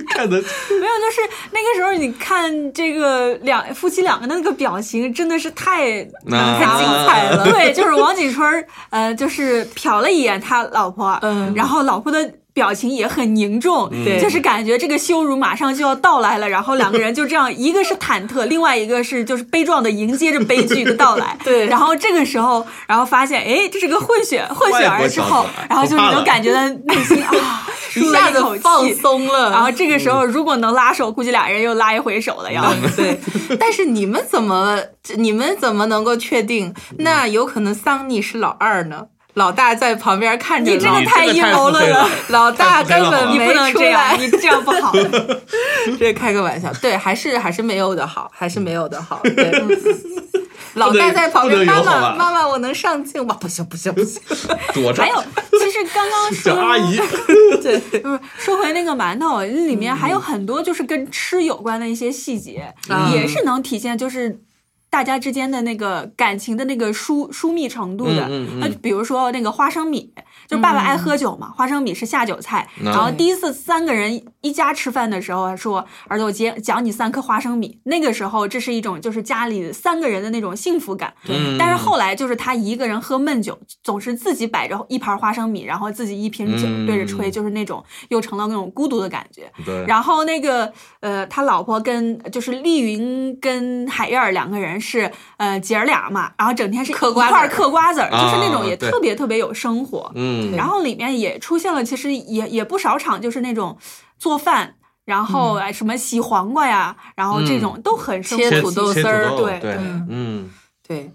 看的 [LAUGHS] 没有，就是那个时候你看这个两夫妻两个的那个表情，真的是太那太精 [LAUGHS] 彩了。嗯对，就是王景春儿，呃，就是瞟了一眼他老婆，嗯然后老婆的。表情也很凝重，嗯对就是感觉这个羞辱马上就要到来了。然后两个人就这样，一个是忐忑，另外一个是就是悲壮的迎接着悲剧的到来。 [LAUGHS] 对然后这个时候，然后发现，哎，这是个混血混血外儿国之小后子，然后就不怕那种了感觉的内 [LAUGHS] 心啊，舒一了下一子口气啊放松 [LAUGHS] 了。然后这个时嗯候如果能拉手，估计俩人又拉一回手了要。对，但是你们怎么你们怎么能够确定嗯那有可能桑尼是老二呢？老大在旁边看着你老，这个你太这个阴太谋腹黑论了了，老大太根腹黑了本好吧你没不能出这来样，你这样不 [LAUGHS] 好。这开个玩笑，对，还是还是没有的好，还是没有的好。对，老大在旁边，嗯不能妈妈有好吧妈妈，我能上镜吗？不行不行不行， [LAUGHS] 躲着还，有，其实刚刚小说阿姨，对，不是说回那个馒头，里面还有很多就是跟吃有关的一些细节，嗯也是能体现就是。大家之间的那个感情的那个疏疏密程度的，嗯嗯嗯那比如说那个花生米，就是爸爸爱喝酒嘛，花生米是下酒菜。嗯然后第一次三个人一家吃饭的时候，啊说儿子我讲讲你三颗花生米，那个时候这是一种就是家里三个人的那种幸福感。嗯啊但是后来就是他一个人喝闷酒，总是自己摆着一盘花生米，然后自己一瓶酒嗯对着吹，就是那种又成了那种孤独的感觉。对，呃然后那个呃，他老婆跟就是丽云跟海燕儿两个人人是呃姐儿俩嘛，然后整天是嗑一瓜子块儿嗑瓜子儿，就是那种啊也对特别特别有生活。嗯，然后里面也出现了，其实也也不少场，就是那种做饭，然后哎什么洗黄瓜呀，然后这种都很生嗯切切土活。豆切丝儿土豆对对对，嗯，对，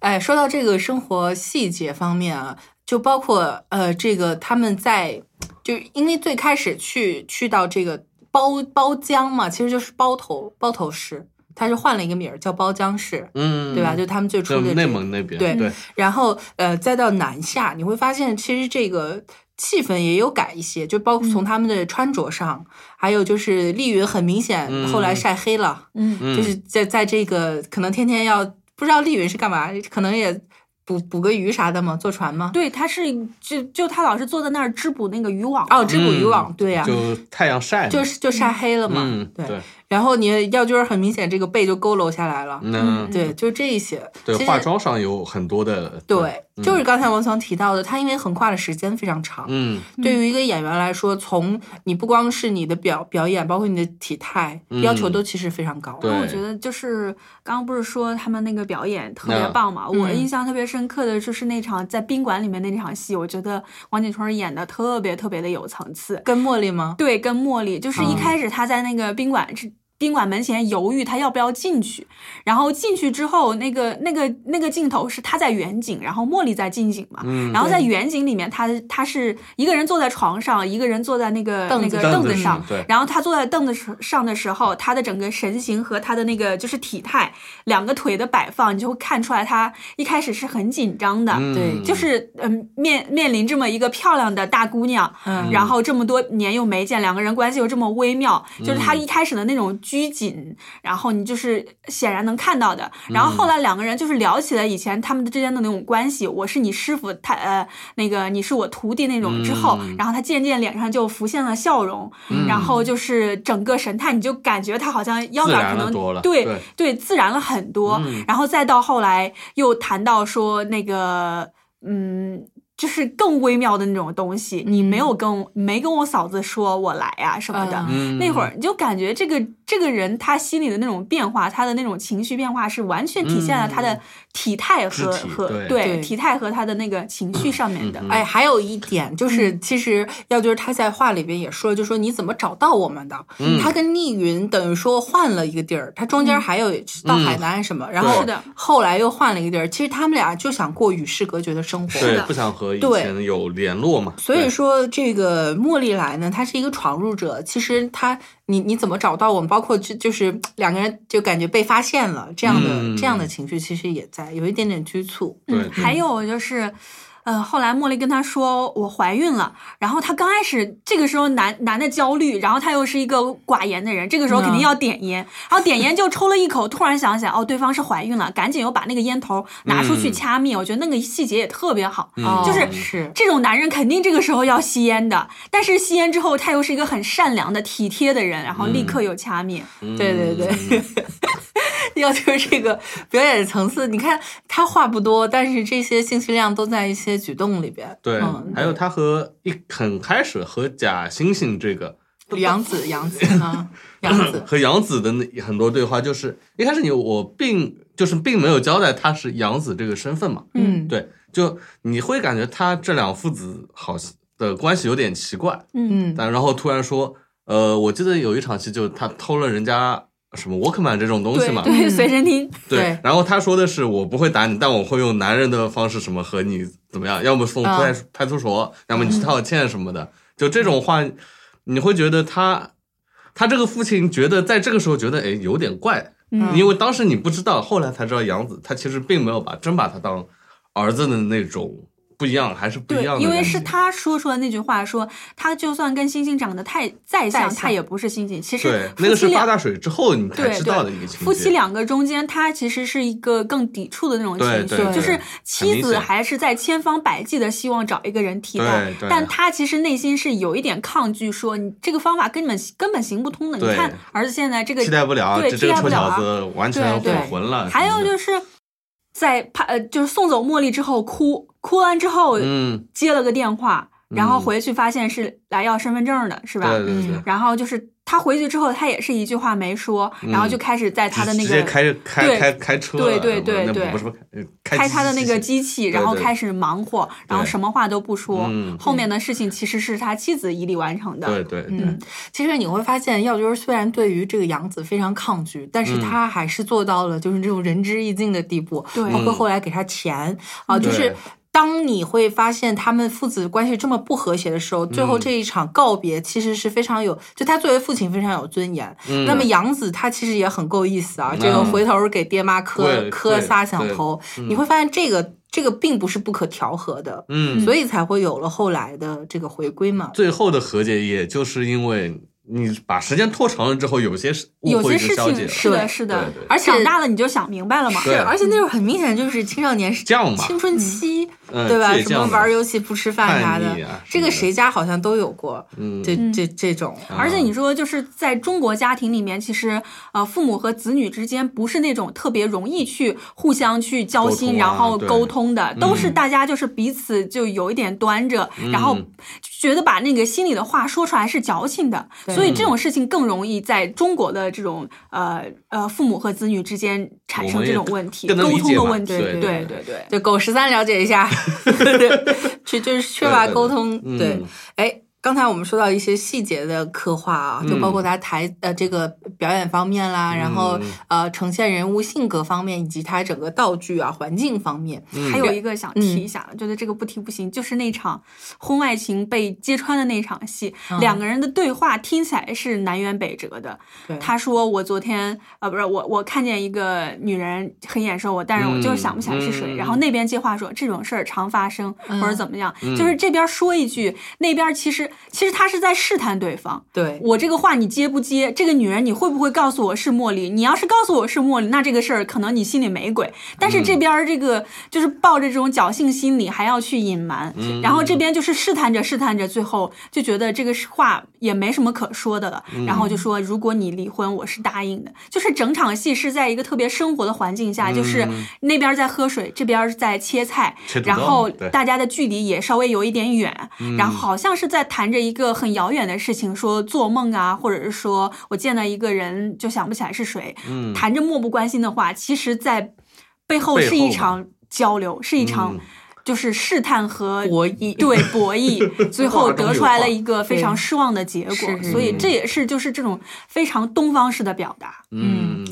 哎，说到这个生活细节方面啊，就包括呃，这个他们在，就是因为最开始去去到这个包包浆嘛，其实就是包头包头市，它是换了一个名儿叫包浆市，嗯，对吧？就他们最初就的这内个蒙那边，对对，然后呃，再到南下，你会发现其实这个气氛也有改一些，就包括嗯从他们的穿着上，还有就是丽云很明显嗯后来晒黑了，嗯，嗯就是在在这个可能天天要不知道丽云是干嘛，可能也捕捕个鱼啥的嘛，坐船嘛。对，他是就就他老是坐在那儿织补那个渔网。哦，织捕渔网，对呀、嗯就太阳晒嘛，就是就晒黑了嘛，嗯，对。然后你药君儿很明显这个背就佝偻下来了，那嗯对，就这一些。对其实化妆上有很多的，对，就是刚才王强提到的，他因为横跨的时间非常长，嗯，对于一个演员来说，从你不光是你的表表演，包括你的体态，要求嗯都其实非常高。对我觉得就是刚刚不是说他们那个表演特别嗯棒嘛？我嗯印象特别深刻的就是那场在宾馆里面那场戏，我觉得王景春演的特别特别的有层次。跟茉莉吗？对，跟茉莉就是一嗯开始他在那个宾馆是。宾馆门前犹豫，他要不要进去？然后进去之后，那个、那个、那个镜头是他在远景，然后茉莉在近景嘛。嗯然后在对远景里面，他他是一个人坐在床上，一个人坐在那个凳那子个上凳子子上，对，然后他坐在凳子上的时候，他的整个神形和他的那个就是体态，两个腿的摆放，你就会看出来他一开始是很紧张的，嗯对就是嗯面面临这么一个漂亮的大姑娘，嗯然后这么多年又没见，两个人关系又这么微妙，就是他嗯一开始的那种拘谨，然后你就是显然能看到的。然嗯后后来两个人就是聊起了以前他们之间的那种关系，我是你师傅，他呃那个你是我徒弟那种之后，嗯然后他渐渐脸上就浮现了笑容，嗯然后就是整个神态，你就感觉他好像腰自杆然可了能多了，对对，对自然了很多。嗯然后再到后来又谈到说那个，嗯，就是更微妙的那种东西，你没有跟我没跟我嫂子说我来呀、什么的。嗯嗯，那会儿你就感觉这个这个人他心里的那种变化，他的那种情绪变化是完全体现了他的体态嗯和、肢体和对对体态和他的那个情绪上面的。嗯哎，还有一点就是，其实耀军他在话里边也说，就说你怎么找到我们的？嗯他跟丽云等于说换了一个地儿，他中间还有到海嗯南什么，然后是的后来又换了一个地儿。其实他们俩就想过与世隔绝的生活。是对的不想和以对前有联络嘛，所以对说，这个茉莉来呢，她是一个闯入者。其实她，你你怎么找到我们？包括就就是两个人就感觉被发现了这样的、嗯这样的情绪，其实也在有一点点拘促。对嗯，还有就是。呃，后来茉莉跟他说我怀孕了，然后他刚开始这个时候男男的焦虑，然后他又是一个寡言的人，这个时候肯定要点烟，然后点烟就抽了一口，突然想起来哦，对方是怀孕了，赶紧又把那个烟头拿出去嗯掐灭，我觉得那个细节也特别好，嗯就是哦是，这种男人肯定这个时候要吸烟的，但是吸烟之后他又是一个很善良的、体贴的人，然后嗯立刻又掐灭。对对对， [LAUGHS] 要求这个表演层次，你看他话不多，但是这些信息量都在一些举动里边。对嗯，，还有他和一很开始和假猩猩这个杨紫，杨紫啊，杨紫，和杨紫的那很多对话，就是一开始你我并就是并没有交代他是杨紫这个身份嘛，嗯，对，就你会感觉他这两父子好像的关系有点奇怪，嗯，但然后突然说，呃，我记得有一场戏就是他偷了人家什么 Walkman 这种东西嘛，对，嗯随身听，对然后他说的是我不会打你，但我会用男人的方式什么和你怎么样，要么送啊派出派出所，要么你去道歉什么的，就这种话，你会觉得他他这个父亲觉得在这个时候觉得哎有点怪，嗯因为当时你不知道，后来才知道杨子他其实并没有把真把他当儿子的那种不一样，还是不一对样，的感觉，因为是他说出了那句话说，他就算跟星星长得太再像，像他也不是星星。对其实那夫个妻是八两大水之后你才对知道对的一个情节，夫妻两个中间，他其实是一个更抵触的那种情对绪，对就对是妻明子显还是在千方百计的希望找一个人替代对，对但他其实内心是有一点抗拒，说你这个方法根本根本行不通的。你对看儿子现在这个替代不了，对这替这个代不臭了小啊。子完全对混对混了，还有是。就是在怕呃，就是送走茉莉之后哭，哭完之后嗯，接了个电话，然后嗯回去发现是来要身份证的，是吧？对对对 [LAUGHS] 嗯，然后就是他回去之后，他也是一句话没说，然后就开始在他的那嗯直接个开开对开开车了，对对对那对不是不是开开机他的那个器机器，对然后对开始忙活，然后对什么话都不说嗯。后面的事情其实是他妻子以礼完成对的。对对，嗯，其实你会发现，药君虽然对于这个养子非常抗拒，但是他还是做到了就是这种仁至义尽的地步，对包括后来给他钱啊，就对是。当你会发现他们父子关系这么不和谐的时候，最后这一场告别其实是非常有，就他作为父亲非常有尊严。那么养子他其实也很够意思啊，这个嗯回头给爹妈磕对磕对仨响对头，你会发现这个这个并不是不可调和的，嗯，所以才会有了后来的这个回归嘛。最后的和解也就是因为你把时间拖长了之后，有些事误有会些就事消解情了。是的，对是的对对，而且长大了你就想明白了嘛。对是，而且那时候很明显就是青少年是犟嘛青春期，嗯对吧？倔什么强嘛玩游戏不吃饭啥叛逆啊的，这什么个的谁家好像都有过，嗯这这这种。而且你说，就是在中国家庭里面，其实呃，父母和子女之间不是那种特别容易去互相去交沟心，通啊然后对嗯沟通的，都是大家就是彼此就有一点端着，然后觉得把那个心里的话说出来是矫情的，对所以嗯这种事情更容易在中国的这种呃呃父母和子女之间产我生们也这种问题，更能沟理通解的嘛问题，对对对对对。对，狗十三了解一 [LAUGHS] 下， [LAUGHS] 对，缺就是缺乏沟通，对对对嗯，哎。刚才我们说到一些细节的刻画啊，就嗯包括他台呃这个表演方面啦，然后呃呈现人物性格方面，以及他整个道具啊环境方面，还有一个想嗯提一下，觉得这个不提不行，就是那场婚外情被揭穿的那场戏，嗯两个人的对话听起来是南辕北辙的。对他说：“我昨天啊，不是我，我看见一个女人很眼熟我，但是我就是想不起来是谁。嗯嗯然后那边接话说：“这种事儿常发生，或者怎么样。嗯就是这边说一句，那边其实其实他是在试探对方。对，我这个话你接不接？这个女人你会不会告诉我是茉莉？你要是告诉我是茉莉，那这个事儿可能你心里没鬼。但是这边儿这个、就是抱着这种侥幸心理，还要去隐瞒，然后这边就是试探着试探着，最后就觉得这个话也没什么可说的了，然后就说如果你离婚，我是答应的。就是整场戏是在一个特别生活的环境嗯下，啊就是那边儿在喝水，这边儿在切菜，切土豆然后对嗯大家的距离也稍微有一点远，然后好像是在谈着一个很遥远的事情，说做梦嗯啊，或者是说我见到一个人就想不起来是谁，嗯谈着漠不关心的话，其实，在背后背后是一嘛场交流，是一场嗯就是试探和博弈对 [LAUGHS] 博弈，最后得出来了一个非对常失望的结是果，是所以这也是就是这种非常东方式的表达，嗯，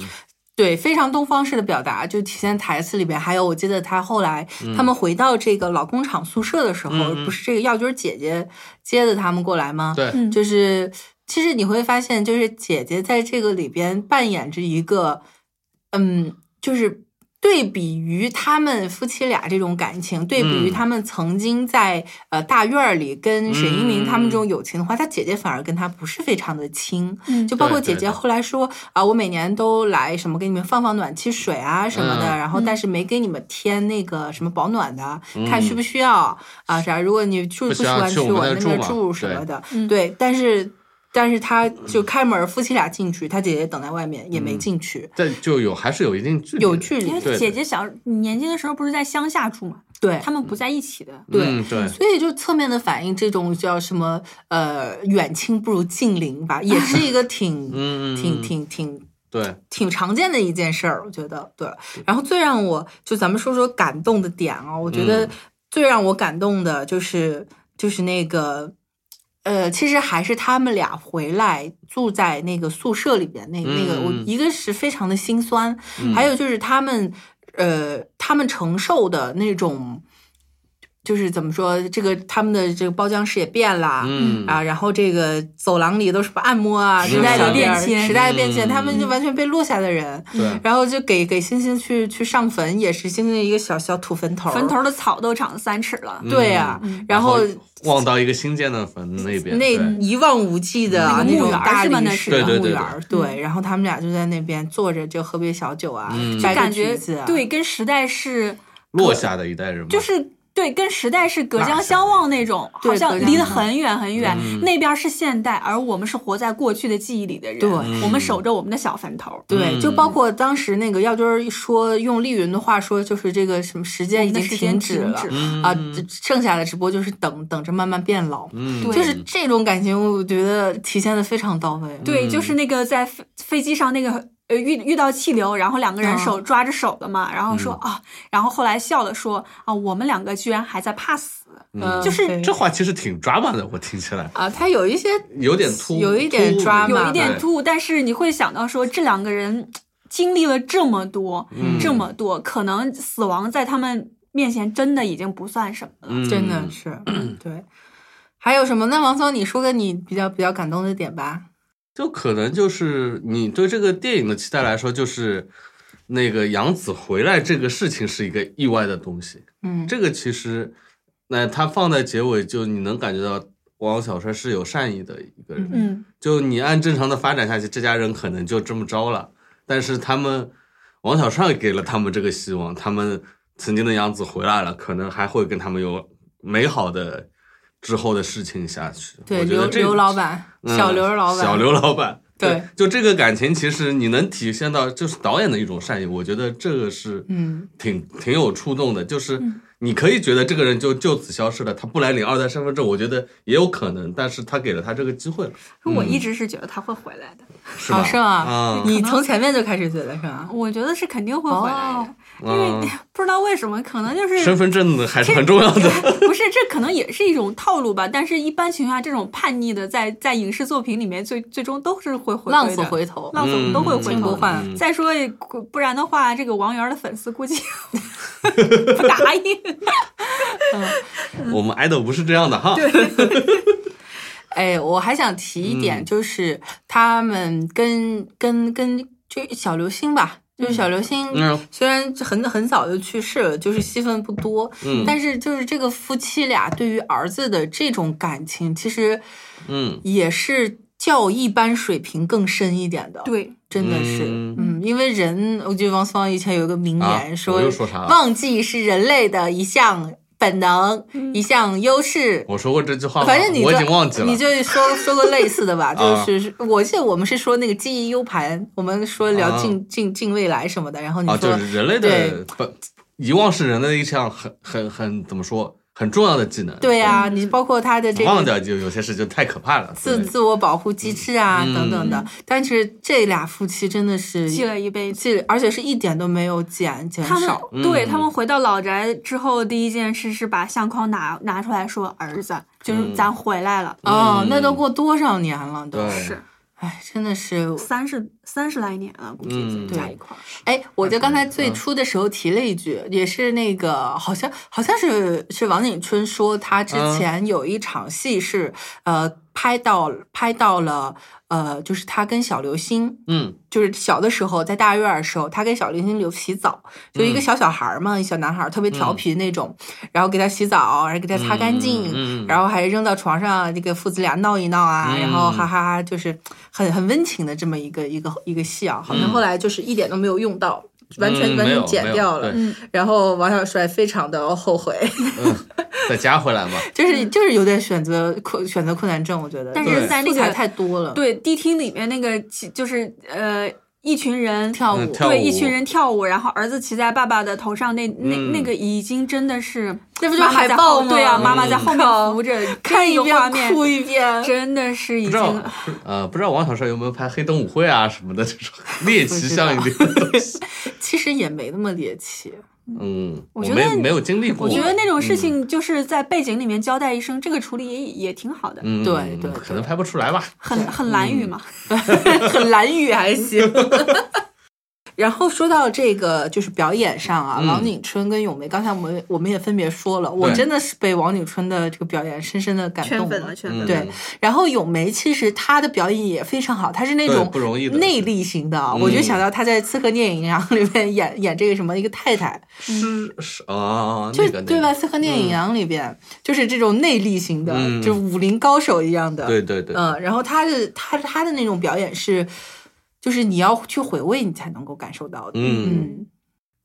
对，非常东方式的表达，就体现台词里边。还有，我记得她后来、嗯他们回到这个老工厂宿舍的时候，嗯嗯不是这个药军姐姐接的他们过来吗？，对，嗯就是其实你会发现，就是姐姐在这个里边扮演着一个，嗯，就是。对比于他们夫妻俩这种感情，对比于嗯他们曾经在、呃大院儿里跟沈一鸣他们这嗯种友情的话，她姐姐反而跟她不是非常的亲。嗯就包括对对姐姐对后来说啊，我每年都来什么给你们放放暖气水啊什么的，嗯嗯然后但是没给你们添那个什么保暖的，看需不需要啊啥。如果你住不喜需要欢去去我们我那那儿边住嘛住什么对嗯的，嗯对，但是。但是他就开门，夫妻俩进去，他姐姐等在外面也没进去，这就有还是有一定距离的，有距离因为对姐姐小年轻的时候不是在乡下住嘛，对，他们不在一起的，对嗯对，所以就侧面的反映这种叫什么呃远亲不如近邻吧，也是一个挺嗯嗯挺嗯挺啊挺对，挺常见的一件事儿，我觉得对。然后最让我就咱们说说感动的点啊，我觉得嗯最让我感动的就是、就是那个。呃，其实还是他们俩回来住在那个宿舍里边，那那个我嗯嗯一个是非常的心酸，嗯还有就是他们呃他们承受的那种，就是怎么说，这个他们的这个包浆室也变啦，嗯啊，然后这个走廊里都是按摩啊，时这代的小店儿变迁时代的变迁，嗯他们就完全被落下的人，对，然后就给给星星去去上坟，也是星星的一个小小土坟头，坟，头嗯的草都长三尺了，对呀、然然后望到一个新建的坟那边，那对一望无际的啊那那个墓种园儿大是吧理那石是对对墓对园儿，对对，然后他们俩就在那边坐着就喝杯小酒啊，嗯摘个感橘觉子啊对跟时代是落下的一代人嘛，就是。对，跟时代是隔江相望那种，对好像隔江离得相望很远很远。嗯那边是现代，而我们是活在过去的记忆里的人。对我们守着我们的小坟头。对，就嗯包括当时那个耀军儿说，用丽云的话说，就是这个什么时间已经时间停止了停止啊，这剩下的只不过就是等等着慢慢变老，嗯，对就是这种感情，我觉得体现的非常到位。对，就嗯是那个在飞飞机上那个呃遇遇到气流，然后两个人嗯手抓着手的嘛，然后说啊，然后后来笑了说啊，我们两个居然还在怕死。嗯，就是对这话其实挺抓马的，我听起来啊，他有一些有点突，有一点突兀 drama 有一点对突兀，但是你会想到说这两个人经历了这么多，嗯嗯这么多，可能死亡在他们面前真的已经不算什么了。嗯真的是、对。还有什么？那王总，你说个你比较比较感动的点吧。就可能就是你对这个电影的期待来说，就是那个杨紫回来这个事情是一个意外的东西。嗯，这个其实，那他放在结尾，就你能感觉到王小帅是有善意的一个人。嗯，就你按正常的发展下去，这家人可能就这么着了。但是他们，王小帅给了他们这个希望，他们曾经的杨子回来了，可能还会跟他们有美好的之后的事情下去。对，我觉刘得这刘老板，嗯小刘老板，小刘老板，对，就这个感情，其实你能体现到就是导演的一种善意，我觉得这个是嗯，挺挺有触动的，就是你可以觉得这个人就就此消失了，他不来领二代身份证，我觉得也有可能，但是他给了他这个机会了，我嗯一直是觉得他会回来的，是吧？好是吗啊？，你从前面就开始觉得是吧？我觉得是肯定会回来的，哦因嗯为 [LAUGHS] 不知道为什么，可能就是身份证还是很重要的。不是，这可能也是一种套路吧。但是，一般情况下，这种叛逆的在在影视作品里面最最终都是会回归的浪子回头，浪子都会回嗯头不的。换再说，不然的话，这个王源的粉丝 [LAUGHS] 估计不答应。 [LAUGHS] 我们 idol 不是这样的哈。哎，我还想提一点，嗯就是他们跟跟跟就小流星吧，就是小流星。嗯虽然很很早就去世了，就是戏份不多，嗯但是就是这个夫妻俩对于儿子的这种感情，其实嗯也是较一般水平更深一点的。，对，真的是，嗯嗯，因为人，我记得王思旺以前有一个名言啊我又说啥了忘记是人类的一项本能，一项优势。我说过这句话吗，反正你我已就经忘记了啊你。就说说过类似的 [LAUGHS] 吧，就是是我记得我们是说那个记忆 U 盘，我们说聊啊近近近未来什么的，然后你啊，说就是人类对的本遗忘是人类的一项很很很怎么说很重要的技能。对呀、你包括他的这嗯忘个掉就有些事就太可怕了。对自自我保护机制啊嗯等等的，但是这俩夫妻真的是记了一辈子。记，而且是一点都没有减减他们少。嗯对他们回到老宅之后，第一件事是把相框拿拿出来说：“儿子，嗯就是咱回来了。啊哦，嗯那都过多少年了都对，是哎，真的是，三十三十来年了，估计嗯加一块儿。哎，我就刚才最初的时候提了一句，也是那个好像好像是是王景春说他之嗯前有一场戏是、呃拍到拍到了呃，就是他跟小流星。嗯就是小的时候，在大院儿的时候，他给小流星流洗澡，就嗯一个小小孩儿嘛，一小男孩儿特别调皮那种，然后给他洗澡，然后给他擦干净，嗯嗯嗯然后还扔到床上，这个父子俩闹一闹啊，嗯然后哈哈哈，就是很很温情的这么一个一个一个戏啊，好像嗯后来就是一点都没有用到，完全完嗯没全有没剪有掉了。对然后王小帅非常的后 [LAUGHS] 悔，再加回来嘛。就是就是有点选择困选择困难症，我觉得，但是在在那那个个太多了，对，迪厅里面那个其就是呃，一群人跳舞嗯跳对，舞一群人跳舞，然后儿子骑在爸爸的头上，那那、嗯那个已经真的是那不就是妈妈海在报后吗？对啊，妈妈嗯在后面扶着，看这一个画遍面哭一遍，真的是已不知道经，呃，不知道王小帅有没有拍黑灯舞会啊什么的这 [LAUGHS] 种猎奇像一点的东西。其实也没那么猎奇。嗯，我我觉得没没有经历过。我觉得那种嗯事情就是在背景里面交代一声，这个处理也也挺好的，嗯，对对可能拍不出来吧。很嗯很蓝雨嘛。很蓝雨还行。 [LAUGHS] 然后说到这个，就是表演上啊，嗯王景春跟咏梅，刚才我们我们也分别说了，我对真的是被王景春的这个表演深深的感动了。圈嗯，对，然后咏梅其实她的表演也非常好，她是那对种不容易的嗯内力型的啊，我就想到她在《刺客聂隐娘》里面演演这个什么一个太太，是是啊，就那是个那对吧？《个刺客聂隐娘》里边就是这种内力型的，嗯就武林高手一样的，对对对，嗯，然后他的他他的那种表演是，就是你要去回味，你才能够感受到的。嗯嗯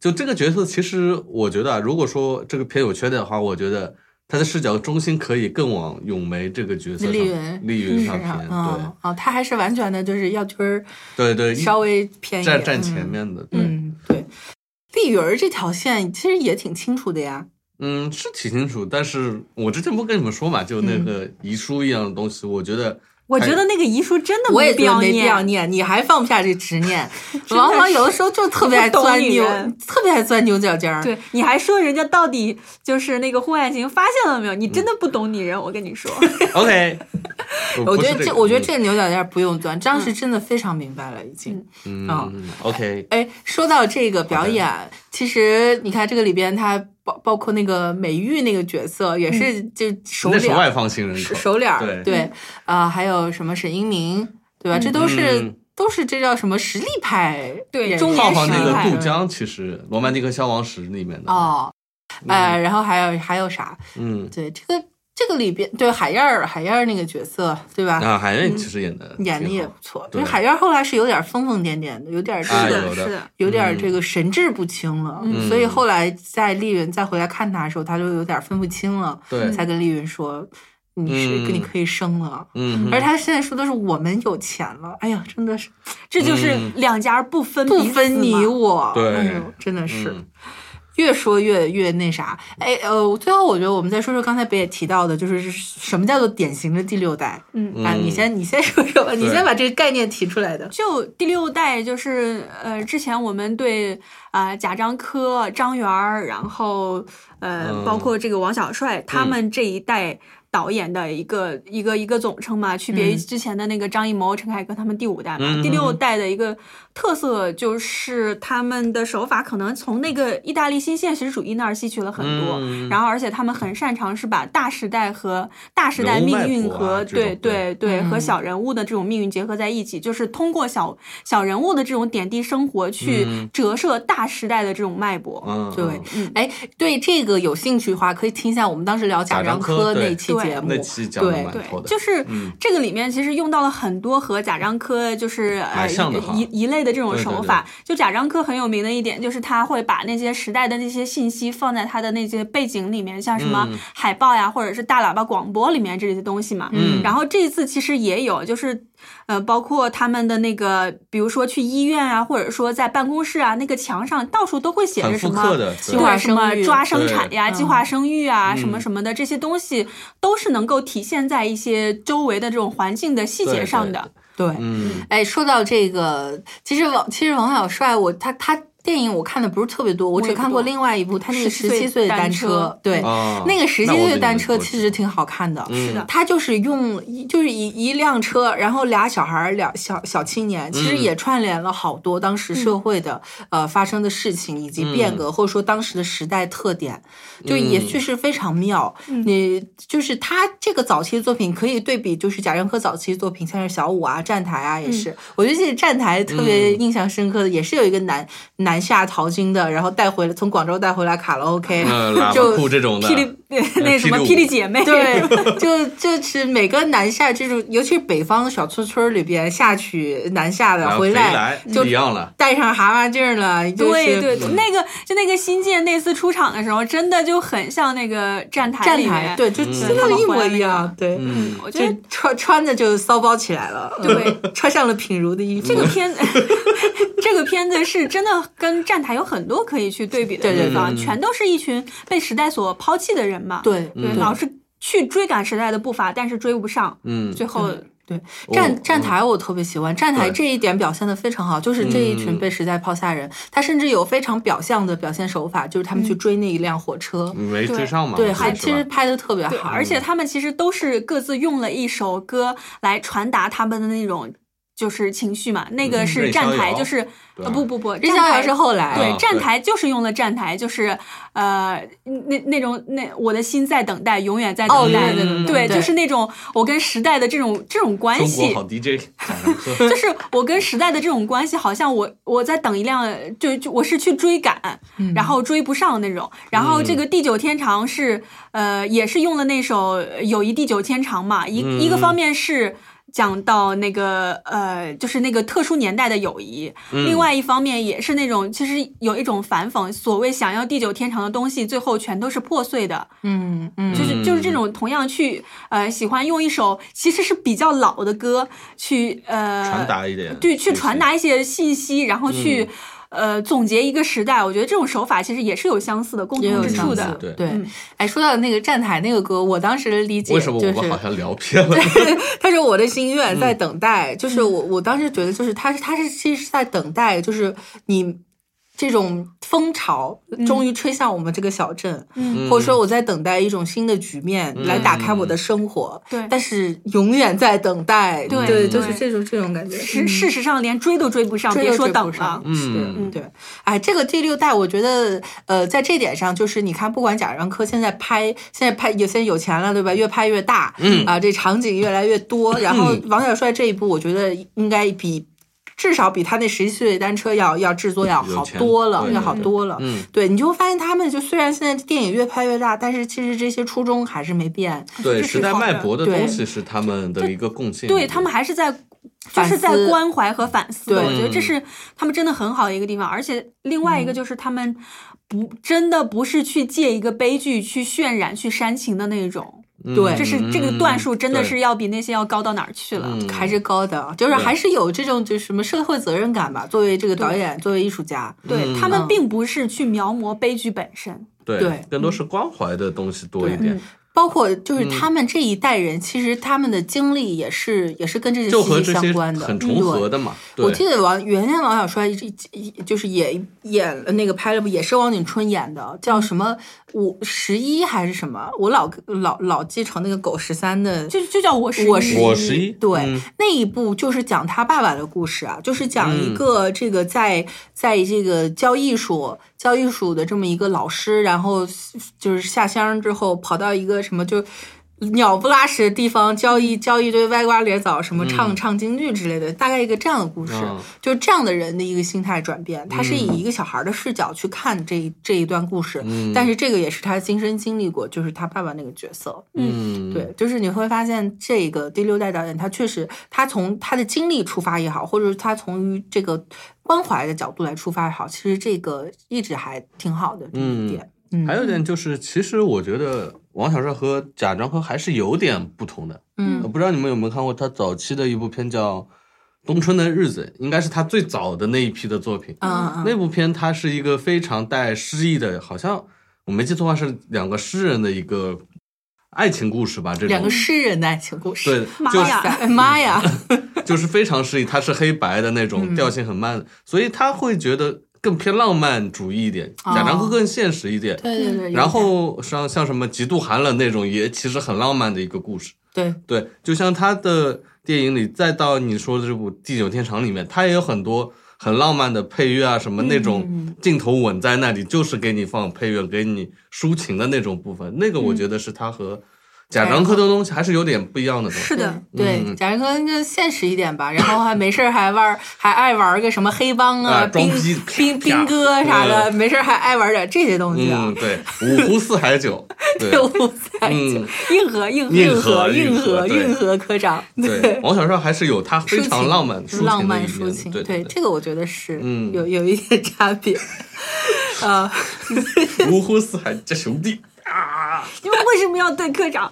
就这个角色，其实我觉得，啊，如果说这个片有缺点的话，我觉得他的视角中心可以更往咏梅这个角色上丽云丽云上是啊偏，，嗯，啊，他还是完全的就是药军儿对对对，稍微偏一点，哎站站前面的，对，嗯，嗯，对。丽云儿这条线其实也挺清楚的呀，嗯，是挺清楚，但是我之前不跟你们说嘛，就嗯那个遗书一样的东西，我觉得，我觉得那个遗书真的我也觉必得要没必要念。念，你还放不下这执 [LAUGHS] 念。是往往有的时候就特别爱不懂钻女牛人，特别爱钻牛角尖儿。对，你还说人家到底就是那个婚外情发现了没有？你真的不懂女人，我跟你说。嗯 [LAUGHS] OK，我觉得这，我觉得这这，嗯个牛角尖儿不用钻，嗯张是真的非常明白了，已经。嗯哦，OK，哎，说到这个表演，其实你看这个里边，它包包括那个美玉那个角色，也是就熟嗯那是脸儿、外放型人熟口，熟脸儿，对对啊，还有什么沈英明，对吧？这都是嗯都是这叫什么实力派对演中员年浩实浩力那个派杜江，其实《罗曼蒂克消亡史》里面的，哦，哎，然后还有还有啥？嗯，对，这个这个里边，对海燕儿，海燕儿那个角色，对吧？啊，韩燕其实演的演的也不好，错，对因为海燕儿后来是有点疯疯癫癫的，有点哎这是个，有的，的是的。有点嗯这个神志不清了。嗯所以后来在丽云再回来看他的时候，他就有点分不清了，对，才跟丽云说：“你是、嗯你可以生了。”嗯，而他现在说的是我们有钱了，哎呀，真的是这就是嗯两家不分不彼此分你嘛我，对哎呦真的是。嗯越说越越那啥，哎呃，最后我觉得我们再说说刚才北野提到的，就是什么叫做典型的第六代嗯，啊？你先你先说说吧，你先把这个概念提出来的。就第六代就是呃，之前我们对啊、呃贾樟柯、张元儿，然后呃，嗯包括这个王小帅他嗯们这一代导演的一个、一个一个总称嘛，区别于嗯之前的那个张艺谋、陈凯歌他们第五代嘛，嗯嗯第六嗯代的一个特色就是他们的手法可能从那个意大利新现实主义那儿吸取了很多，嗯然后而且他们很擅长是把大时代和大时代人物命脉运搏啊和、这对种对对对和嗯小人物的这种命运结合在一起，就是通过小小人物的这种点滴生活去嗯折射大时代的这种脉搏。嗯，对嗯，嗯，哎，对这个有兴趣的话，可以听一下我们当时聊贾樟柯贾樟柯对那期节目那。期讲的对蛮对透，的，就是嗯这个里面其实用到了很多和贾樟柯就是呃蛮像的哈一一一类的这种对对手对法。就贾樟柯很有名的一点就是他会把那些时代的那些信息放在他的那些背景里面，像什么嗯海报呀，或者是大喇叭广播里面这些东西嘛。嗯然后这一次其实也有，就是呃，包括他们的那个，比如说去医院啊，或者说在办公室啊，那个墙上到处都会写很着什复刻么。的，计对划对什么生育抓生产呀、对计划生育啊、嗯什么什么的，这些东西都是能够体现在一些周围的这种环境的细对节对上的。对，嗯哎，说到这个，其实王其实王小帅我他他电影我看的不是特别多，我我也只不看过多另外一部他那个十17七岁的单单车车，对，啊，嗯那个十七我岁比的你单们车多其实挺好看的，嗯是的他就是用一就是一一辆车，然后俩小孩儿，俩小小青年，其实嗯也串联了好多当时嗯社会的、呃发生的事情以嗯及变革，或者说当时的时代特点，就也确实非常妙。嗯你就是他这个早期的作品可以对比，就是贾樟柯早期的作品，像是小五啊、站台啊，也嗯是。我就记得站台特嗯别印象深刻的，也是有一个南南下淘金的，然后带回来从广州带回来卡拉 [LAUGHS] OK，、嗯，喇就叭裤这种的呃霹，雳 [LAUGHS] 那什么霹雳舞霹雳姐 [LAUGHS] 妹，对，就就是每个南下这种，尤其是北方的小村村儿里边下去南下然的，后回回来啊来就一样了，戴上蛤蟆镜儿了，就是对对，对那个就那个新建那次出场的时候，真的就很像那个站台站里台面，对，就嗯真的一模一样，对。嗯，我觉得就穿穿着就骚包起来了，对嗯嗯，穿上了品如的衣服。这个片， [LAUGHS] 这个片子是真的跟站台有很多可以去对比的对对地方，对全都是一群被时代所抛弃的人嘛。对对，嗯老是去追赶时代的步伐，但是追不上，嗯，最后对，我站站台我特别喜欢，站台对这一点表现的非常好，就是这一嗯群被时代抛下人，他甚至有非常表象的表现手法，就是他们嗯去追那一辆火车，没追上嘛，对，是还吧其实拍的特别对，好，而嗯且他们其实都是各自用了一首歌来传达他们的那种就是情绪嘛。那个嗯是任逍站台，遥就是对呃不不不，任站逍遥台是后来，啊对，对站台就是用了站台，就是呃，那那种那我的心在等待，永远在哦嗯等对待，对对对对，对就是那种我跟时代的这种这种关中国系好，DJ 贾樟柯，就是我跟时代的这种关系，好像我我在等一辆，就就我是去追赶，然后追不上那种。然后这个地久天长嗯是呃，也是用了那首《友谊地久天长》嘛，一、一个方面是。讲到那个呃，就是那个特殊年代的友谊。嗯另外一方面也是那种，其实有一种反讽，所谓想要地久天长的东西，最后全都是破碎的。嗯嗯，就是就是这种同样去呃喜欢用一首其实是比较老的歌去呃传达一点，对，去传达一些信息，然后去、嗯呃总结一个时代。我觉得这种手法其实也是有相似的共也同有之相似处的。嗯对对，哎，说到那个站台那个歌，我当时理解为什么就我是们好像聊偏了？他说我的心愿在等待，就是嗯我我当时觉得就是他是他是其实是在等待，就是你这种风潮终于吹向我们这个小镇，嗯或者说我在等待一种新的局面来打开我的生活，对但是永远在等待，嗯对对，对就是这种这种感觉，事事实上连追都追不嗯上，追啊别都说追不等上了。嗯，对，哎，这个第六代，我觉得，呃，在这点上，就是你看，不管贾樟柯现在拍，现在拍有现在有钱了，对吧？越拍越大，嗯啊、这场景越来越多。然后嗯王小帅这一部，我觉得应该比。至少比他那十七岁的单车要要制作要有好钱多了，对要好对多了。嗯，对，你就会发现他们就虽然现在电影越拍越大，但是其实这些初衷还是没变。 [LAUGHS] 对，这是时代好的脉搏的对东西是他们的一个共性。对他们还是在，就反是在思关怀和反思的。对嗯我觉得这是他们真的很好的一个地方，而且另外一个就是他们不真的不是去借一个悲剧去渲染、去煽情的那种。对嗯这是这个段数真的嗯对是要比那些要高到哪儿去了。嗯还是高的，就是对还是有这种就是什么社会责任感吧。作为这个导演，作为艺术家，对他们嗯并不是去描摹悲剧本身，对对更多是关怀的东西多对一点嗯，包括嗯就是他们这一代人，其实他们的经历也是也是跟这些就和嗯息息这些相关的，嗯很重合的嘛。对。对我记得王原先王小帅一一就是也演了那个拍了部也是王景春演的，叫什么嗯五十一还是什么？我老老老记成那个狗十三的就就叫我是我是是我十一对、嗯那一部就是讲他爸爸的故事啊，就是讲嗯一个这个在、在这个教艺术教艺术的这么一个老师，然后就是下乡之后跑到一个什么就。鸟不拉屎的地方，教一教一堆歪瓜裂枣，什么唱、唱京剧之类的，大概一个这样的故事，嗯就是这样的人的一个心态转变。他是以一个小孩的视角去看这一这一段故事，嗯但是这个也是他亲身经历过，就是他爸爸那个角色。嗯，对，就是你会发现这个第六代导演，他确实，他从他的经历出发也好，或者是他从于这个关怀的角度来出发也好，其实这个一直还挺好的这一点。嗯还有一点就是，其实我觉得王小帅和贾樟柯还是有点不同的。嗯呃，不知道你们有没有看过他早期的一部片叫《冬春的日子》，应该是他最早的那一批的作品。嗯那部片它是一个非常带诗意的，好像我没记错的话是两个诗人的一个爱情故事吧？嗯，这种两个诗人的爱情故事。对，妈就是呀哎妈 [LAUGHS] 呀！就是非常诗意，它是黑白的那种，调性很慢的，所以他会觉得更偏浪漫主义一点，哦贾樟柯更现实一点。对对对，有嗯然点后像像什么极度寒冷那种，也其实很浪漫的一个故事。对对，就像他的电影里，再到你说的这部《地久天长》里面，他也有很多很浪漫的配乐啊，什么那种镜头吻在那里，就是给你放配乐，给你抒情的那种部分。那个我觉得是他和贾樟柯的东西还是有点不一样的东 [LAUGHS] 西。是的，对，嗯对贾樟柯就现实一点吧，然后还没事儿还玩儿，还爱玩儿个什么黑帮啊装兵逼兵啪啪兵哥啥的，没事儿还爱玩点这些东西啊 [LAUGHS] 嗯，。对，五湖四海酒，对，六在嗯，硬核硬核硬 [LAUGHS] 硬核核硬硬核核对硬核科长， [LAUGHS] 对，王小帅还是有他非常浪漫、抒浪情的漫一抒面情，的，对这个我觉得是，嗯有有一点差别， [LAUGHS] 啊，对，五湖四海这兄弟啊，你们为什么要对科长？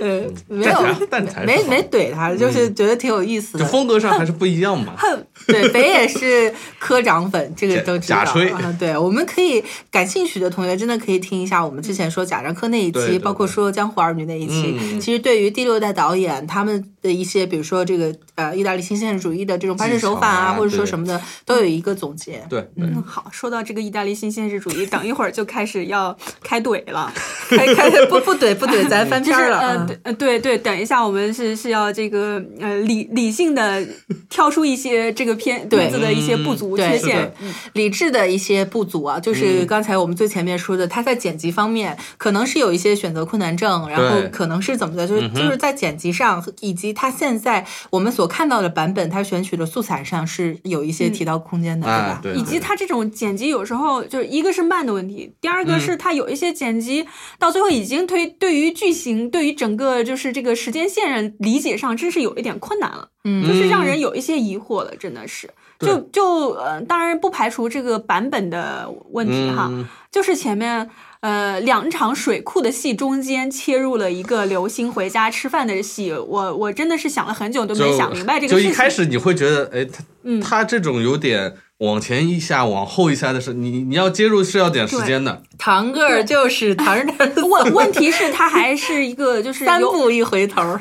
呃，没有站起来站起来没是吧嗯没怼他，就是觉得挺有意思就的。风格上还是不一样嘛。哼， [LAUGHS] 对，北野是科长粉，这个假都知道假吹啊。对，我们可以感兴趣的同学真的可以听一下我们之前说贾樟柯那一对期，对包括对说江湖儿女那一期。嗯其实对于第六代导演他们的一些，比如说这个呃意大利新现实主义的这种拍摄手法技巧啊或者说对什么的，都有一个总结。 [LAUGHS] 对对，嗯，好，说到这个意大利新 [LAUGHS] 现实主义，等一会儿就开始要开怼了，开开不不怼不怼，咱翻 [LAUGHS] 就篇是儿了。呃嗯对呃对对，等一下，我们是是要这个呃理理性的挑出一些这个片对嗯片子的一些不足对缺是陷的，理智的一些不足啊，就是嗯刚才我们最前面说的，他在剪辑方面可能是有一些选择困难症，然后对嗯可能是怎么的，就是就是在剪辑上，以及他现在我们所看到的版本，他选取的素材上是有一些提高空间的，对哎吧？对，嗯以及它这种剪辑有时候就是一个是慢的问题，第二个是它有一些剪辑到最后已经对对于剧情，对于整个就是这个时间线理解上，真是有一点困难了，嗯就是让人有一些疑惑了，真的是。对就就呃，当然不排除这个版本的问题哈，嗯就是前面呃两场水库的戏中间切入了一个流星回家吃饭的戏，我我真的是想了很久都就没想明白这个就事情。一开始你会觉得，哎，他嗯他这种有点往前一下、往后一下的是，你你要接入是要点时间的。堂哥儿就是堂着问问题是，它还是一个就是三有步一回头 [LAUGHS] 儿，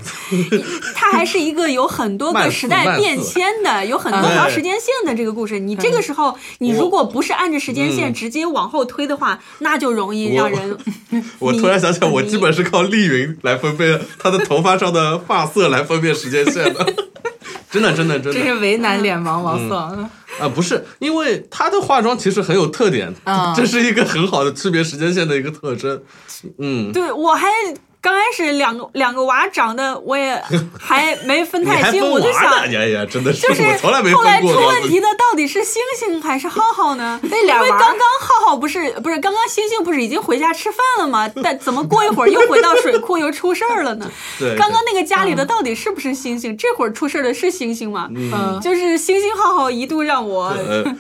它还是一个有很多慢个速时代变迁的，有很多哎条对时间线的这个故事。你这个时候，你如果不是按着时间线嗯直接往后推的话，那就容易让人我突然想起来，我基本是靠丽云来分辨她的头发上的发色来分辨时间线的， [LAUGHS] 真的真的真真的是为难脸盲王爽。啊，不是，因为她的化妆其实很有特点啊，这是一个很好的区别时间线的一个特征。嗯，对我还。刚开始两个两个娃长得我也还没分 [LAUGHS] 你太还清，分我就娃想呢？哎呀呀，真的是就是我从来没后来分出过。问题的到底是星星还是浩浩呢？那俩因为娃儿刚刚浩浩不是不是刚刚星星不是已经回家吃饭了吗？但怎么过一会儿又回到水库又出事儿了呢？对，刚刚那个家里的到底是不是星星？这会儿出事儿的是星星吗？嗯，就是星星浩浩一度让我 [LAUGHS] 呃，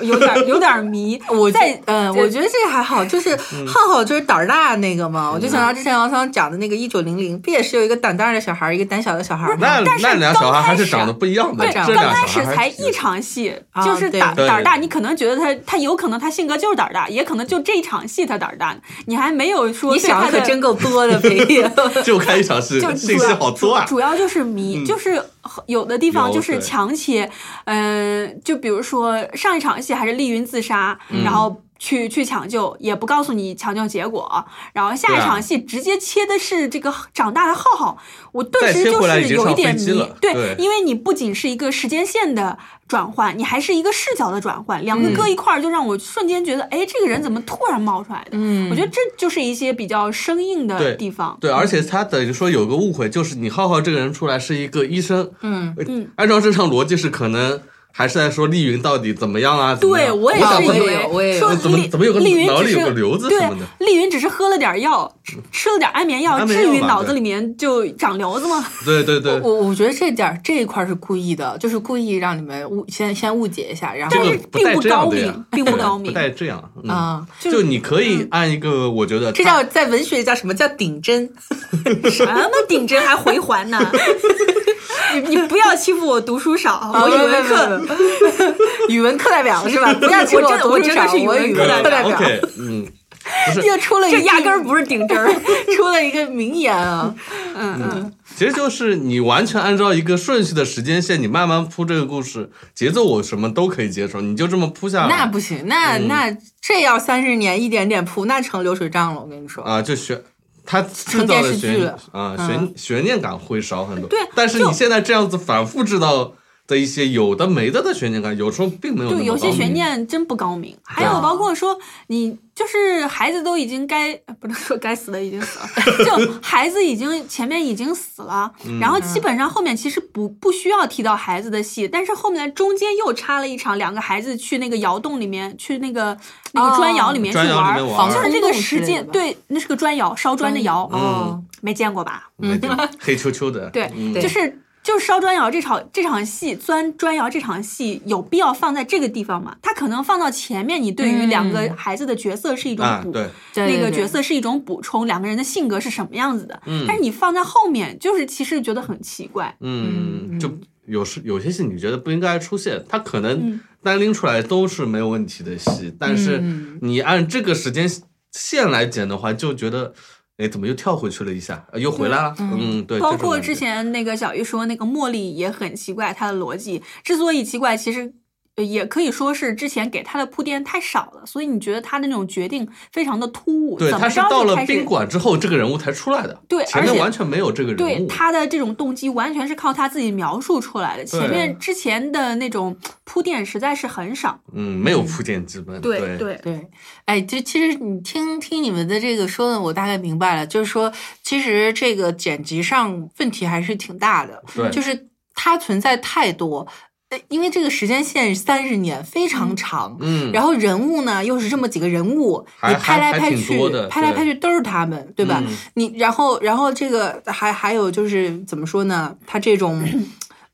有 [LAUGHS] 有点有点迷。我觉在嗯，我觉得这个还好，就是嗯浩浩就是胆儿大那个嘛，我就想到之前王桑讲的那个一九零零，不也是有一个胆大的小孩儿，一个胆小的小孩儿吗？那但是那俩小孩还是刚开始啊长得不一样的，对，这刚俩开小孩始才还一场戏，啊就是对胆对胆儿大，你可能觉得他他有可能他性格就是胆儿大，也可能就这一场戏他胆儿大，你还没有说你对想他的可的真够多的， [LAUGHS] 裴爷。 [LAUGHS] 就看一场戏，就信主息要好多啊主。主要就是迷，就是有的地方有就是对强切，嗯、就比如说上一场戏还是丽云自杀，嗯然后。去去抢救，也不告诉你抢救结果，然后下一对啊场戏直接切的是这个长大的浩浩，我顿时再切就回来已是经有一上飞点机迷了，对对，因为你不仅是一个时间线的转换，你还是一个视角的转换，两嗯个搁一块儿就让我瞬间觉得，哎，这个人怎么突然冒出来的？嗯我觉得这就是一些比较生硬的对地方，对，而且他等于说有个误会，就是你浩浩这个人出来是一个医生，嗯呃嗯，按照正常逻辑是可能还是在说丽云到底怎么样啊？怎么对，样我也啊是我以也为有我也有说怎么丽怎么有个丽云脑只里是有个瘤子对什么的嗯丽云只是喝了点药，吃吃了点安眠药，安眠至药于吧脑子对里面就长瘤子吗？对对对，我我觉得这点儿这一块儿是故意的，就是故意让你们误先先误解一下，然后这但个是不带并不这样高的呀明并不对高明嗯不带这样嗯啊就你可以按一个，我觉得这他叫在文学叫什么叫顶针？什么顶针还回环呢？ [LAUGHS] 你你不要欺负我读书少，啊我语文课 [LAUGHS] 语文课代表是吧？不要欺负我真的读我书真的少，是语我文语课文课代表。 OK，嗯，不是，又出了一这压句根儿不是顶针儿。 [LAUGHS] 出了一个名言啊，嗯嗯，其实就是你完全按照一个顺序的时间线，你慢慢铺这个故事节奏，我什么都可以接受，你就这么铺嗯下来。那不行，那那这要三十年一点点铺，那成流水账了。我跟你嗯说，啊，就悬，他制造的电视剧悬了啊嗯悬悬念感会少很多。对但是就你现在这样子反复制造的一些有的没的的悬念感，有时候并没有那对，么有些高明啊悬念真不高明。还有对包括说，你就是孩子都已经该呃不能说该死的已经死 [LAUGHS] 了，就孩子已经前面已经死了，嗯然后基本上后面其实不不需要提到孩子的戏，但是后面中间又插了一场两个孩子去那个窑洞里面，去那个那个砖窑里面去哦砖窑玩里儿面。仿玩佛就是儿，嗯这个之时类的间，吧对，那是个砖窑，烧砖的窑，哦，没见过吧？那 [LAUGHS] 就黑秋秋的，嗯对嗯对就是就是烧砖窑这场这场戏，钻砖窑这场戏有必要放在这个地方吗？它可能放到前面，你对于嗯两个孩子的角色是一种啊补，对，对对那个对角色是一种补充，两个人的性格是什么样子的。但是你放在后面，就是其实觉得很奇怪。嗯，就有时有些戏你觉得不应该出现，它可嗯能单拎出来都是没有问题的戏，但是嗯你按这个时间线来剪的话，就觉得。哎，怎么又跳回去了一下，呃又回来了？嗯，对，包这种括感觉之前那个小玉说那个茉莉也很奇怪，她的逻辑之所以奇怪，其实。呃也可以说是之前给她的铺垫太少了，所以你觉得她的那种决定非常的突兀。对，怎他么是着就到了开始宾馆之后，这个人物才出来的。对前而面且完全没有这个人对物。他的这种动机完全是靠他自己描述出来的，前面之前的那种铺垫实在是很少。嗯，没有铺垫基本。对对，对，哎，就其实你听听你们的这个说的，我大概明白了，就是说，其实这个剪辑上问题还是挺大的，对就是它存在太多。呃因为这个时间线三十年非常长，嗯，然后人物呢又是这么几个人物，还你拍来拍还还挺去多的，拍来对拍去都是他们，对吧？嗯你然后然后这个还还有就是怎么说呢？他这 [CLEARS THROAT] 种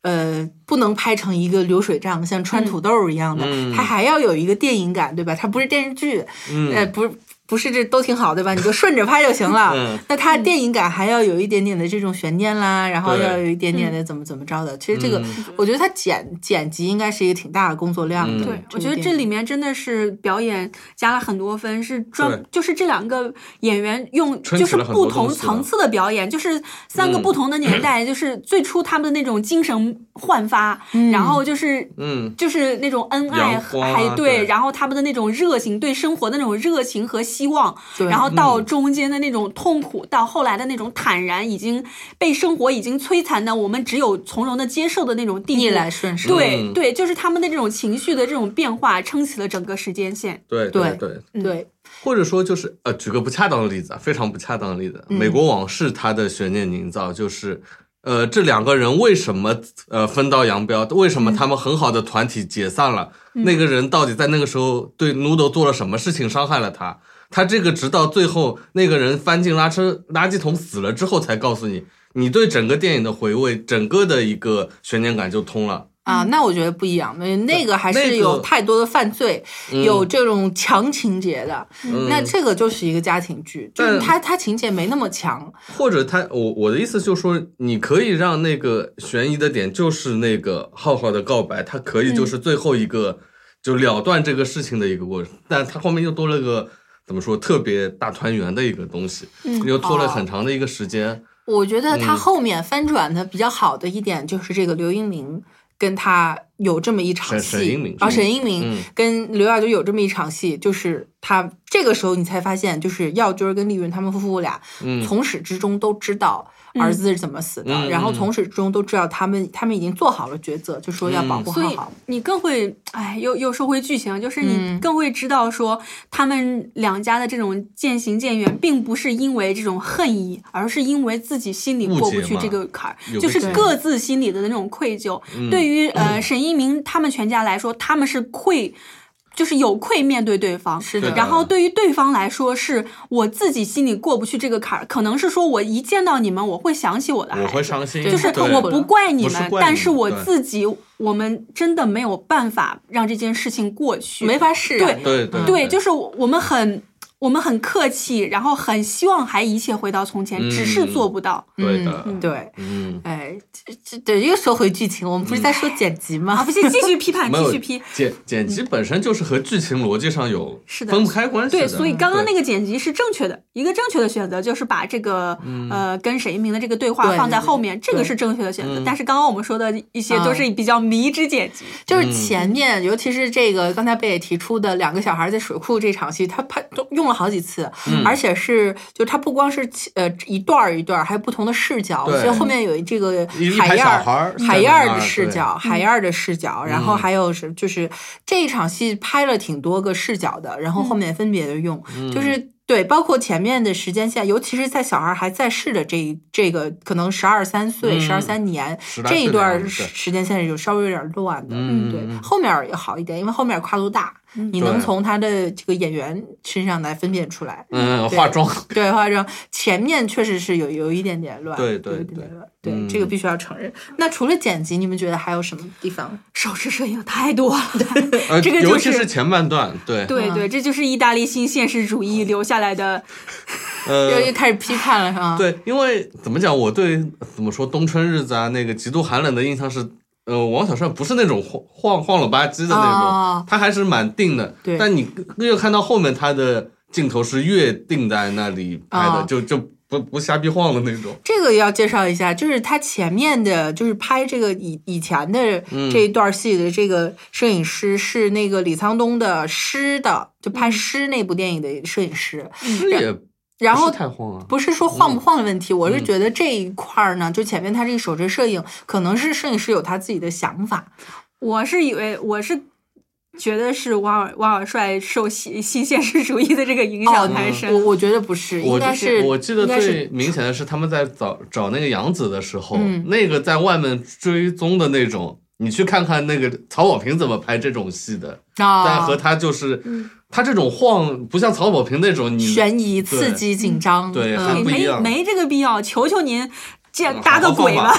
呃不能拍成一个流水账，像穿土豆儿一样的，嗯它还要有一个电影感，对吧？它不是电视剧，嗯呃，不不是这都挺好，对吧？你就顺着拍就行 [LAUGHS] 了。呃嗯那它电影感还要有一点点的这种悬念啦，然后对嗯要有一点点的怎么怎么着的。其实这个，我觉得它剪剪辑应该是一个挺大的工作量的。嗯对，个我觉得电这影里面真的是表演加了很多分，是专对就是这两个演员用撑就起是了很不多东同西的层次的表演，就是三个嗯不同的 [CLEARS THROAT] 年代，就是最初他们的那种精神焕发，然后就是嗯，就是那种恩爱，阳光啊还对然后他们的那种热情，对生活的那种热情和希望，对然后到中间的那种痛苦，到后来的那种坦然，已经被生活已经摧残的，我们只有从容的接受的那种地步。逆来顺受，对、嗯对，就是他们的这种情绪的这种变化，撑起了整个时间线。对对对，对，或者说就是呃，举个不恰当的例子啊，非常不恰当的例子，美国往事》它的悬念营造就是。呃，这两个人为什么呃分道扬镳？为什么他们很好的团体解散了？那个人到底在那个时候对 Noodle 做了什么事情伤害了他？他这个直到最后那个人翻进垃圾垃圾桶死了之后才告诉你，你对整个电影的回味，整个的一个悬念感就通了。啊，那我觉得不一样，那那个还嗯那是个有太多的犯罪，嗯有这种强情节的。嗯那这个就是一个家庭剧，就是但它它情节没那么强。或者他，我我的意思就是说，你可以让那个悬疑的点就是那个浩浩的告白，他可以就是最后一个就了断这个事情的一个过程，但他后面又多了个怎么说特别大团圆的一个东西，又拖了很长的一个时间。我觉得嗯它后面翻转的比较好的一点就是这个刘英明。跟他有这么一场沈戏，沈英明啊，是吗沈英明嗯跟刘亚洲有这么一场戏，就是他这个时候你才发现，就是耀军儿跟丽云他们夫妇俩嗯从始至终都知道儿子是怎么死的，嗯然后嗯从始至终都知道他们他们已经做好了抉择，就说要保护嗯所浩以浩。你更会，哎，又又说回剧情，就是你嗯更会知道说，他们两家的这种渐行渐远，并不是因为这种恨意，而是因为自己心里误过解不去嘛这个坎儿有，个嗯就是坎儿各自心里的那种愧疚。对于呃沈一鸣他们全家来说，他们是愧。就是有愧面对对方，是的然后啊对于对方来说，是我自己心里过不去这个坎儿，可能是说我一见到你们，我会想起我的孩我子，会伤心，对就是太痛对我苦不了怪你不们是，怪但你是我对自己，我们真的没有办法让这件事情过去。没法啊释然。对对对，就是我们很我们很客气，然后很希望还一切回到从前，只是嗯做不到。对的，嗯对，嗯，哎，这这对，又说回剧情，我们不是在说剪辑啊，吗？不行，继续批判，没继有续批。剪剪辑本身就是和剧情逻辑上有是的分不开关系对，的，所以刚刚那个个剪辑是正确的，一个正确的选择就是把这个呃跟沈一鸣的这个对话对放在对后面，这个对是正确的选择嗯。但是刚刚我们说的一些都啊是比较迷之剪辑，嗯就是前面，尤其是这个刚才贝也提出的两个小孩在水库这场戏，他拍都用了好几次，嗯而且是就他不光是呃一段儿一段儿，还有不同的视角。对我觉得后面有这个一一海排燕小儿孩儿海燕儿在那的儿视对嗯角，海燕儿的视角，然后还有是就是这一场戏拍了挺多个视角的，然后后面分别的用，嗯就是。对，包括前面的时间线，尤其是在小孩还在世的这一这个可能十二三岁、十二三年10-13这一嗯岁段那儿样时啊对时间线是有稍微有点乱的，嗯对嗯嗯，嗯后面儿也好一点，因为后面儿跨度大，你能对从他的这个演员身上来分辨出来。嗯对化 [LAUGHS] 妆，对，化妆前面确实是有有一点点乱，对有对一点点乱，对嗯对，这个必须要承认。那除了剪辑，你们觉得还有什么地方？手持摄影太多了。 [LAUGHS] 呃，这个尤就其是是前半段，对，对对，这就是意大利新现实主义留下来的呃又，又开始批判了，是吗？对，因为怎么讲，我对怎么说冬春日子啊，那个极度寒冷的印象是，呃，王小帅不是那种晃晃晃了吧唧的那种，哦他还是蛮定的。对但你越看到后面，他的镜头是越定在那里拍的，哦就就不不瞎逼晃的那种。这个要介绍一下，就是他前面的，就是拍这个以以前的嗯这一段戏的这个摄影师是那个李沧东的《诗》的，就嗯拍《诗》那部电影的摄影师。是也嗯然后不是太晃啊，不是说晃不晃的问嗯题，我是觉得这一块儿呢，就前面他这个手持摄影，可能是摄影师有他自己的想法。我是以为我是觉得是王尔王尔帅受新新现实主义的这个影哦响太嗯我深。我觉得不是，应我该是我记得应该是最明显的是他们在找找那个杨子的时候，嗯那个在外面追踪的那种。你去看看那个曹保平怎么拍这种戏的，但啊和，他就是、他这种晃，不像曹保平那种你悬疑、刺激、紧张，对嗯还不一没样没这个必要，求求您，这嗯搭个鬼吧，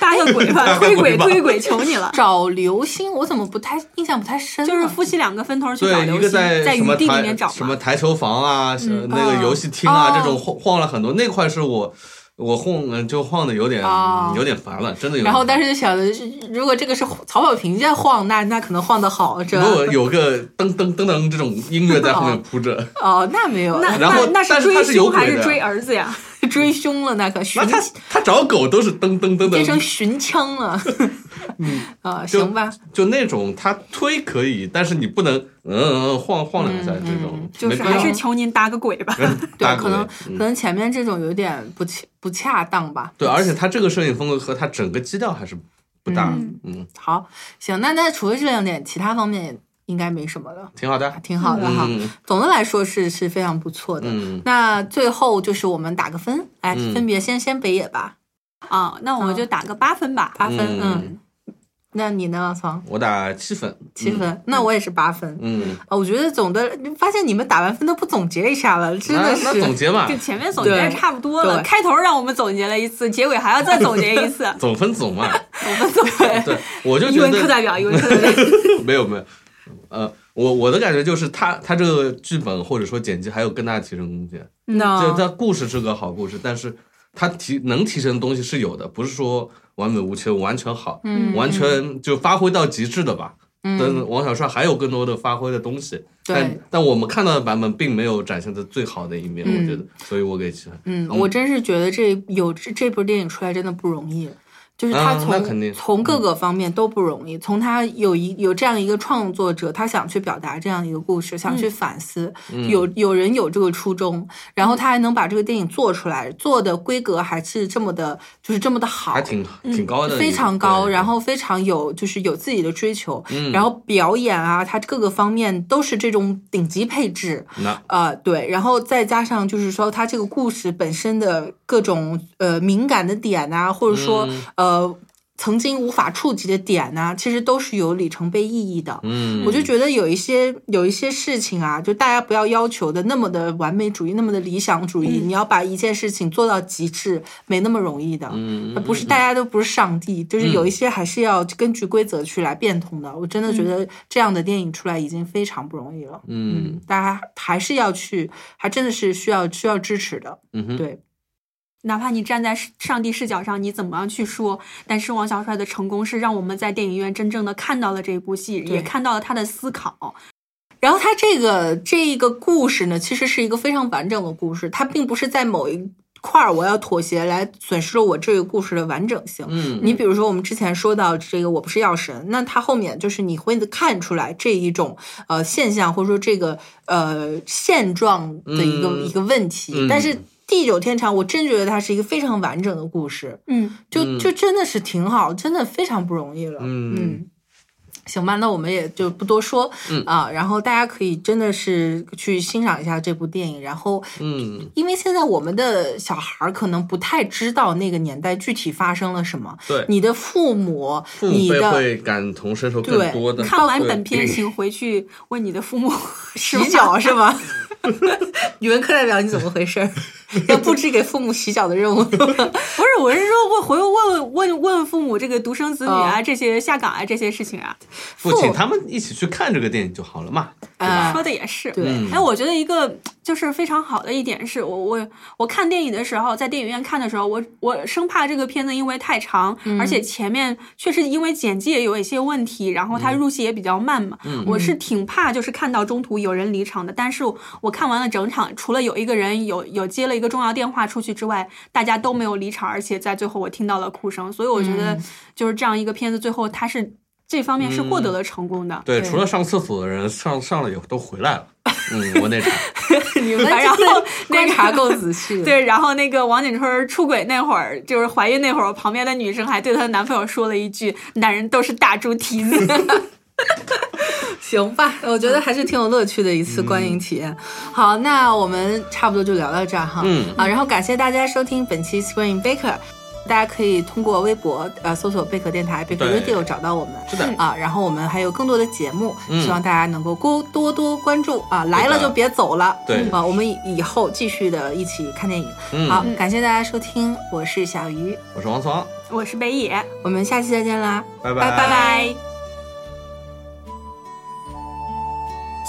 搭个鬼吧，搭个推鬼鬼吧推鬼，求你了。找刘星，我怎么不太印象不太深呢？啊就是夫妻两个分头去找对刘一个星，在在什余么地里台面找什么嘛。台球房啊，什么那个哦游戏厅啊哦这种晃晃了很多，那块是我我晃嗯就晃的有点哦有点烦了，真的有点 [LAUGHS] 然烦。后当时就想的是，如果这个是曹保平在晃，那那可能晃的好，这如果有个噔噔噔噔这种音乐在后面铺着，哦，那没有，那然后那那但是他追是有凶还鬼是的追儿子呀？ [LAUGHS] [LAUGHS] 追凶了，那可寻那他他找狗都是噔噔噔变成噔，寻枪 [LAUGHS] 了， [LAUGHS] 啊，嗯就行吧，就那种他推可以，但是你不能嗯嗯嗯晃晃两下这种，就没是必还要是求您搭个鬼吧。 [LAUGHS] 对大，嗯可能鬼可能前面这种有点不恰不恰当吧。对，而且他这个摄影风格和他整个基调还是不搭，嗯，好，行，那那除了这两点，其他方面也应该没什么了，挺好的，挺好的哈。嗯总的来说是是非常不错的。嗯，那最后就是我们打个分，来、嗯分别先先北野吧，啊，那我就打个八分吧。八分，嗯。嗯那你呢，王聪？我打七分，七分，那我也是八分。嗯，啊，我觉得总的发现你们打完分都不总结一下了，真的那是。那总结嘛就，前面总结对差不多了，对开头让我们总结了一次，结尾还要再总结一次。总分总嘛，总分总结。对， [LAUGHS] 我就语觉文课得代表，语文课代 [LAUGHS] 表。嗯没有没有，呃，我我的感觉就是他他这个剧本或者说剪辑还有更大的提升空间，就那他故事是个好故事，但是他提能提升的东西是有的，不是说完美无缺，完全好，嗯完全就发挥到极致的吧。嗯，但王小帅还有更多的发挥的东西，对但，但我们看到的版本并没有展现的最好的一面，嗯我觉得，所以我给七分。嗯，我真是觉得这有这这部电影出来真的不容易。就是他啊从、那肯定从各个方面都不容易，从他有一有这样一个创作者，他想去表达这样一个故事，想去反思，嗯有有人有这个初衷，然后他还能把这个电影做出来，做的规格还是这么的，就是这么的好，嗯还挺挺高的，非常高，对然后非常有就是有自己的追求，嗯然后表演啊，它各个方面都是这种顶级配置。那呃，对，然后再加上就是说，它这个故事本身的各种呃敏感的点呐、或者说、嗯呃曾经无法触及的点呐、其实都是有里程碑意义的。嗯，我就觉得有一些有一些事情啊，就大家不要要求的那么的完美主义，那么的理想主义。你要把一件事情做到极致，没那么容易的。呃嗯不是大家都不是上帝，就是有一些还是要根据规则去来变通的。我真的觉得这样的电影出来已经非常不容易了。嗯，大家还是要去，还真的是需要需要支持的。嗯哼，对，哪怕你站在上帝视角上，你怎么样去说？但是王小帅的成功是让我们在电影院真正的看到了这部戏，对也看到了他的思考。然后它这个这一个故事呢，其实是一个非常完整的故事，它并不是在某一块儿我要妥协来损失了我这个故事的完整性。嗯，你比如说，我们之前说到这个“我不是药神”，那它后面就是你会看出来这一种呃现象，或者说这个呃现状的一个、嗯一个问题。嗯但是地久天长，我真觉得它是一个非常完整的故事，嗯，就嗯就真的是挺好，真的非常不容易了。嗯行吧，那我们也就不多说、嗯啊。然后大家可以真的是去欣赏一下这部电影，然后嗯，因为现在我们的小孩儿可能不太知道那个年代具体发生了什么，对，你的父母，父母你辈的会感同身受对更多的。看完对本片，请回去问你的父母是吗洗脚是 [LAUGHS] 吗？语文课代表你怎么回事儿？要布置给父母洗脚的任务。 [LAUGHS] 不是，我是说，我回问问问父母这个独生子女啊，这些下岗啊，这些事情啊，不请他们一起去看这个电影就好了嘛，对啊吧？说的也是。对嗯哎，我觉得一个就是非常好的一点是我我我看电影的时候，在电影院看的时候，我我生怕这个片子因为太长，而且前面确实因为剪辑也有一些问题，然后它入戏也比较慢嘛，我是挺怕就是看到中途有人离场的。但是我看完了整场，除了有一个人有有接了一个重要电话出去之外，大家都没有离场，而且在最后我听到了哭声，所以我觉得就是这样一个片子，最后它是这方面是获得了成功的。对，对除了上厕所的人上上了以后都回来了。嗯，我那场，你们然后真的那观个察够仔细。，对，然后那个王景春出轨那会儿，就是怀孕那会儿，旁边的女生还对她的男朋友说了一句：“男人都是大猪蹄子。 [LAUGHS] 行吧，我觉得还是挺有乐趣的一次观影体验。好，那我们差不多就聊到这儿哈。嗯啊，然后感谢大家收听本期 Screen Baker。大家可以通过微博呃搜索贝壳电台贝壳对 Radio 找到我们。是的啊，然后我们还有更多的节目，嗯希望大家能够多多多关注啊，来了就别走了。对啊，我们以以后继续的一起看电影。嗯好，感谢大家收听，我是小鱼，我是王聪，我是北野，我们下期再见啦，拜拜拜拜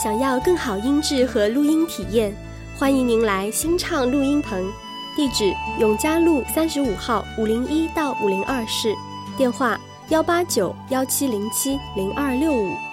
想要更好音质和录音体验，欢迎您来新畅录音棚，地址永嘉路三十五号五零一到五零二室，电话幺八九幺七零七零二六五。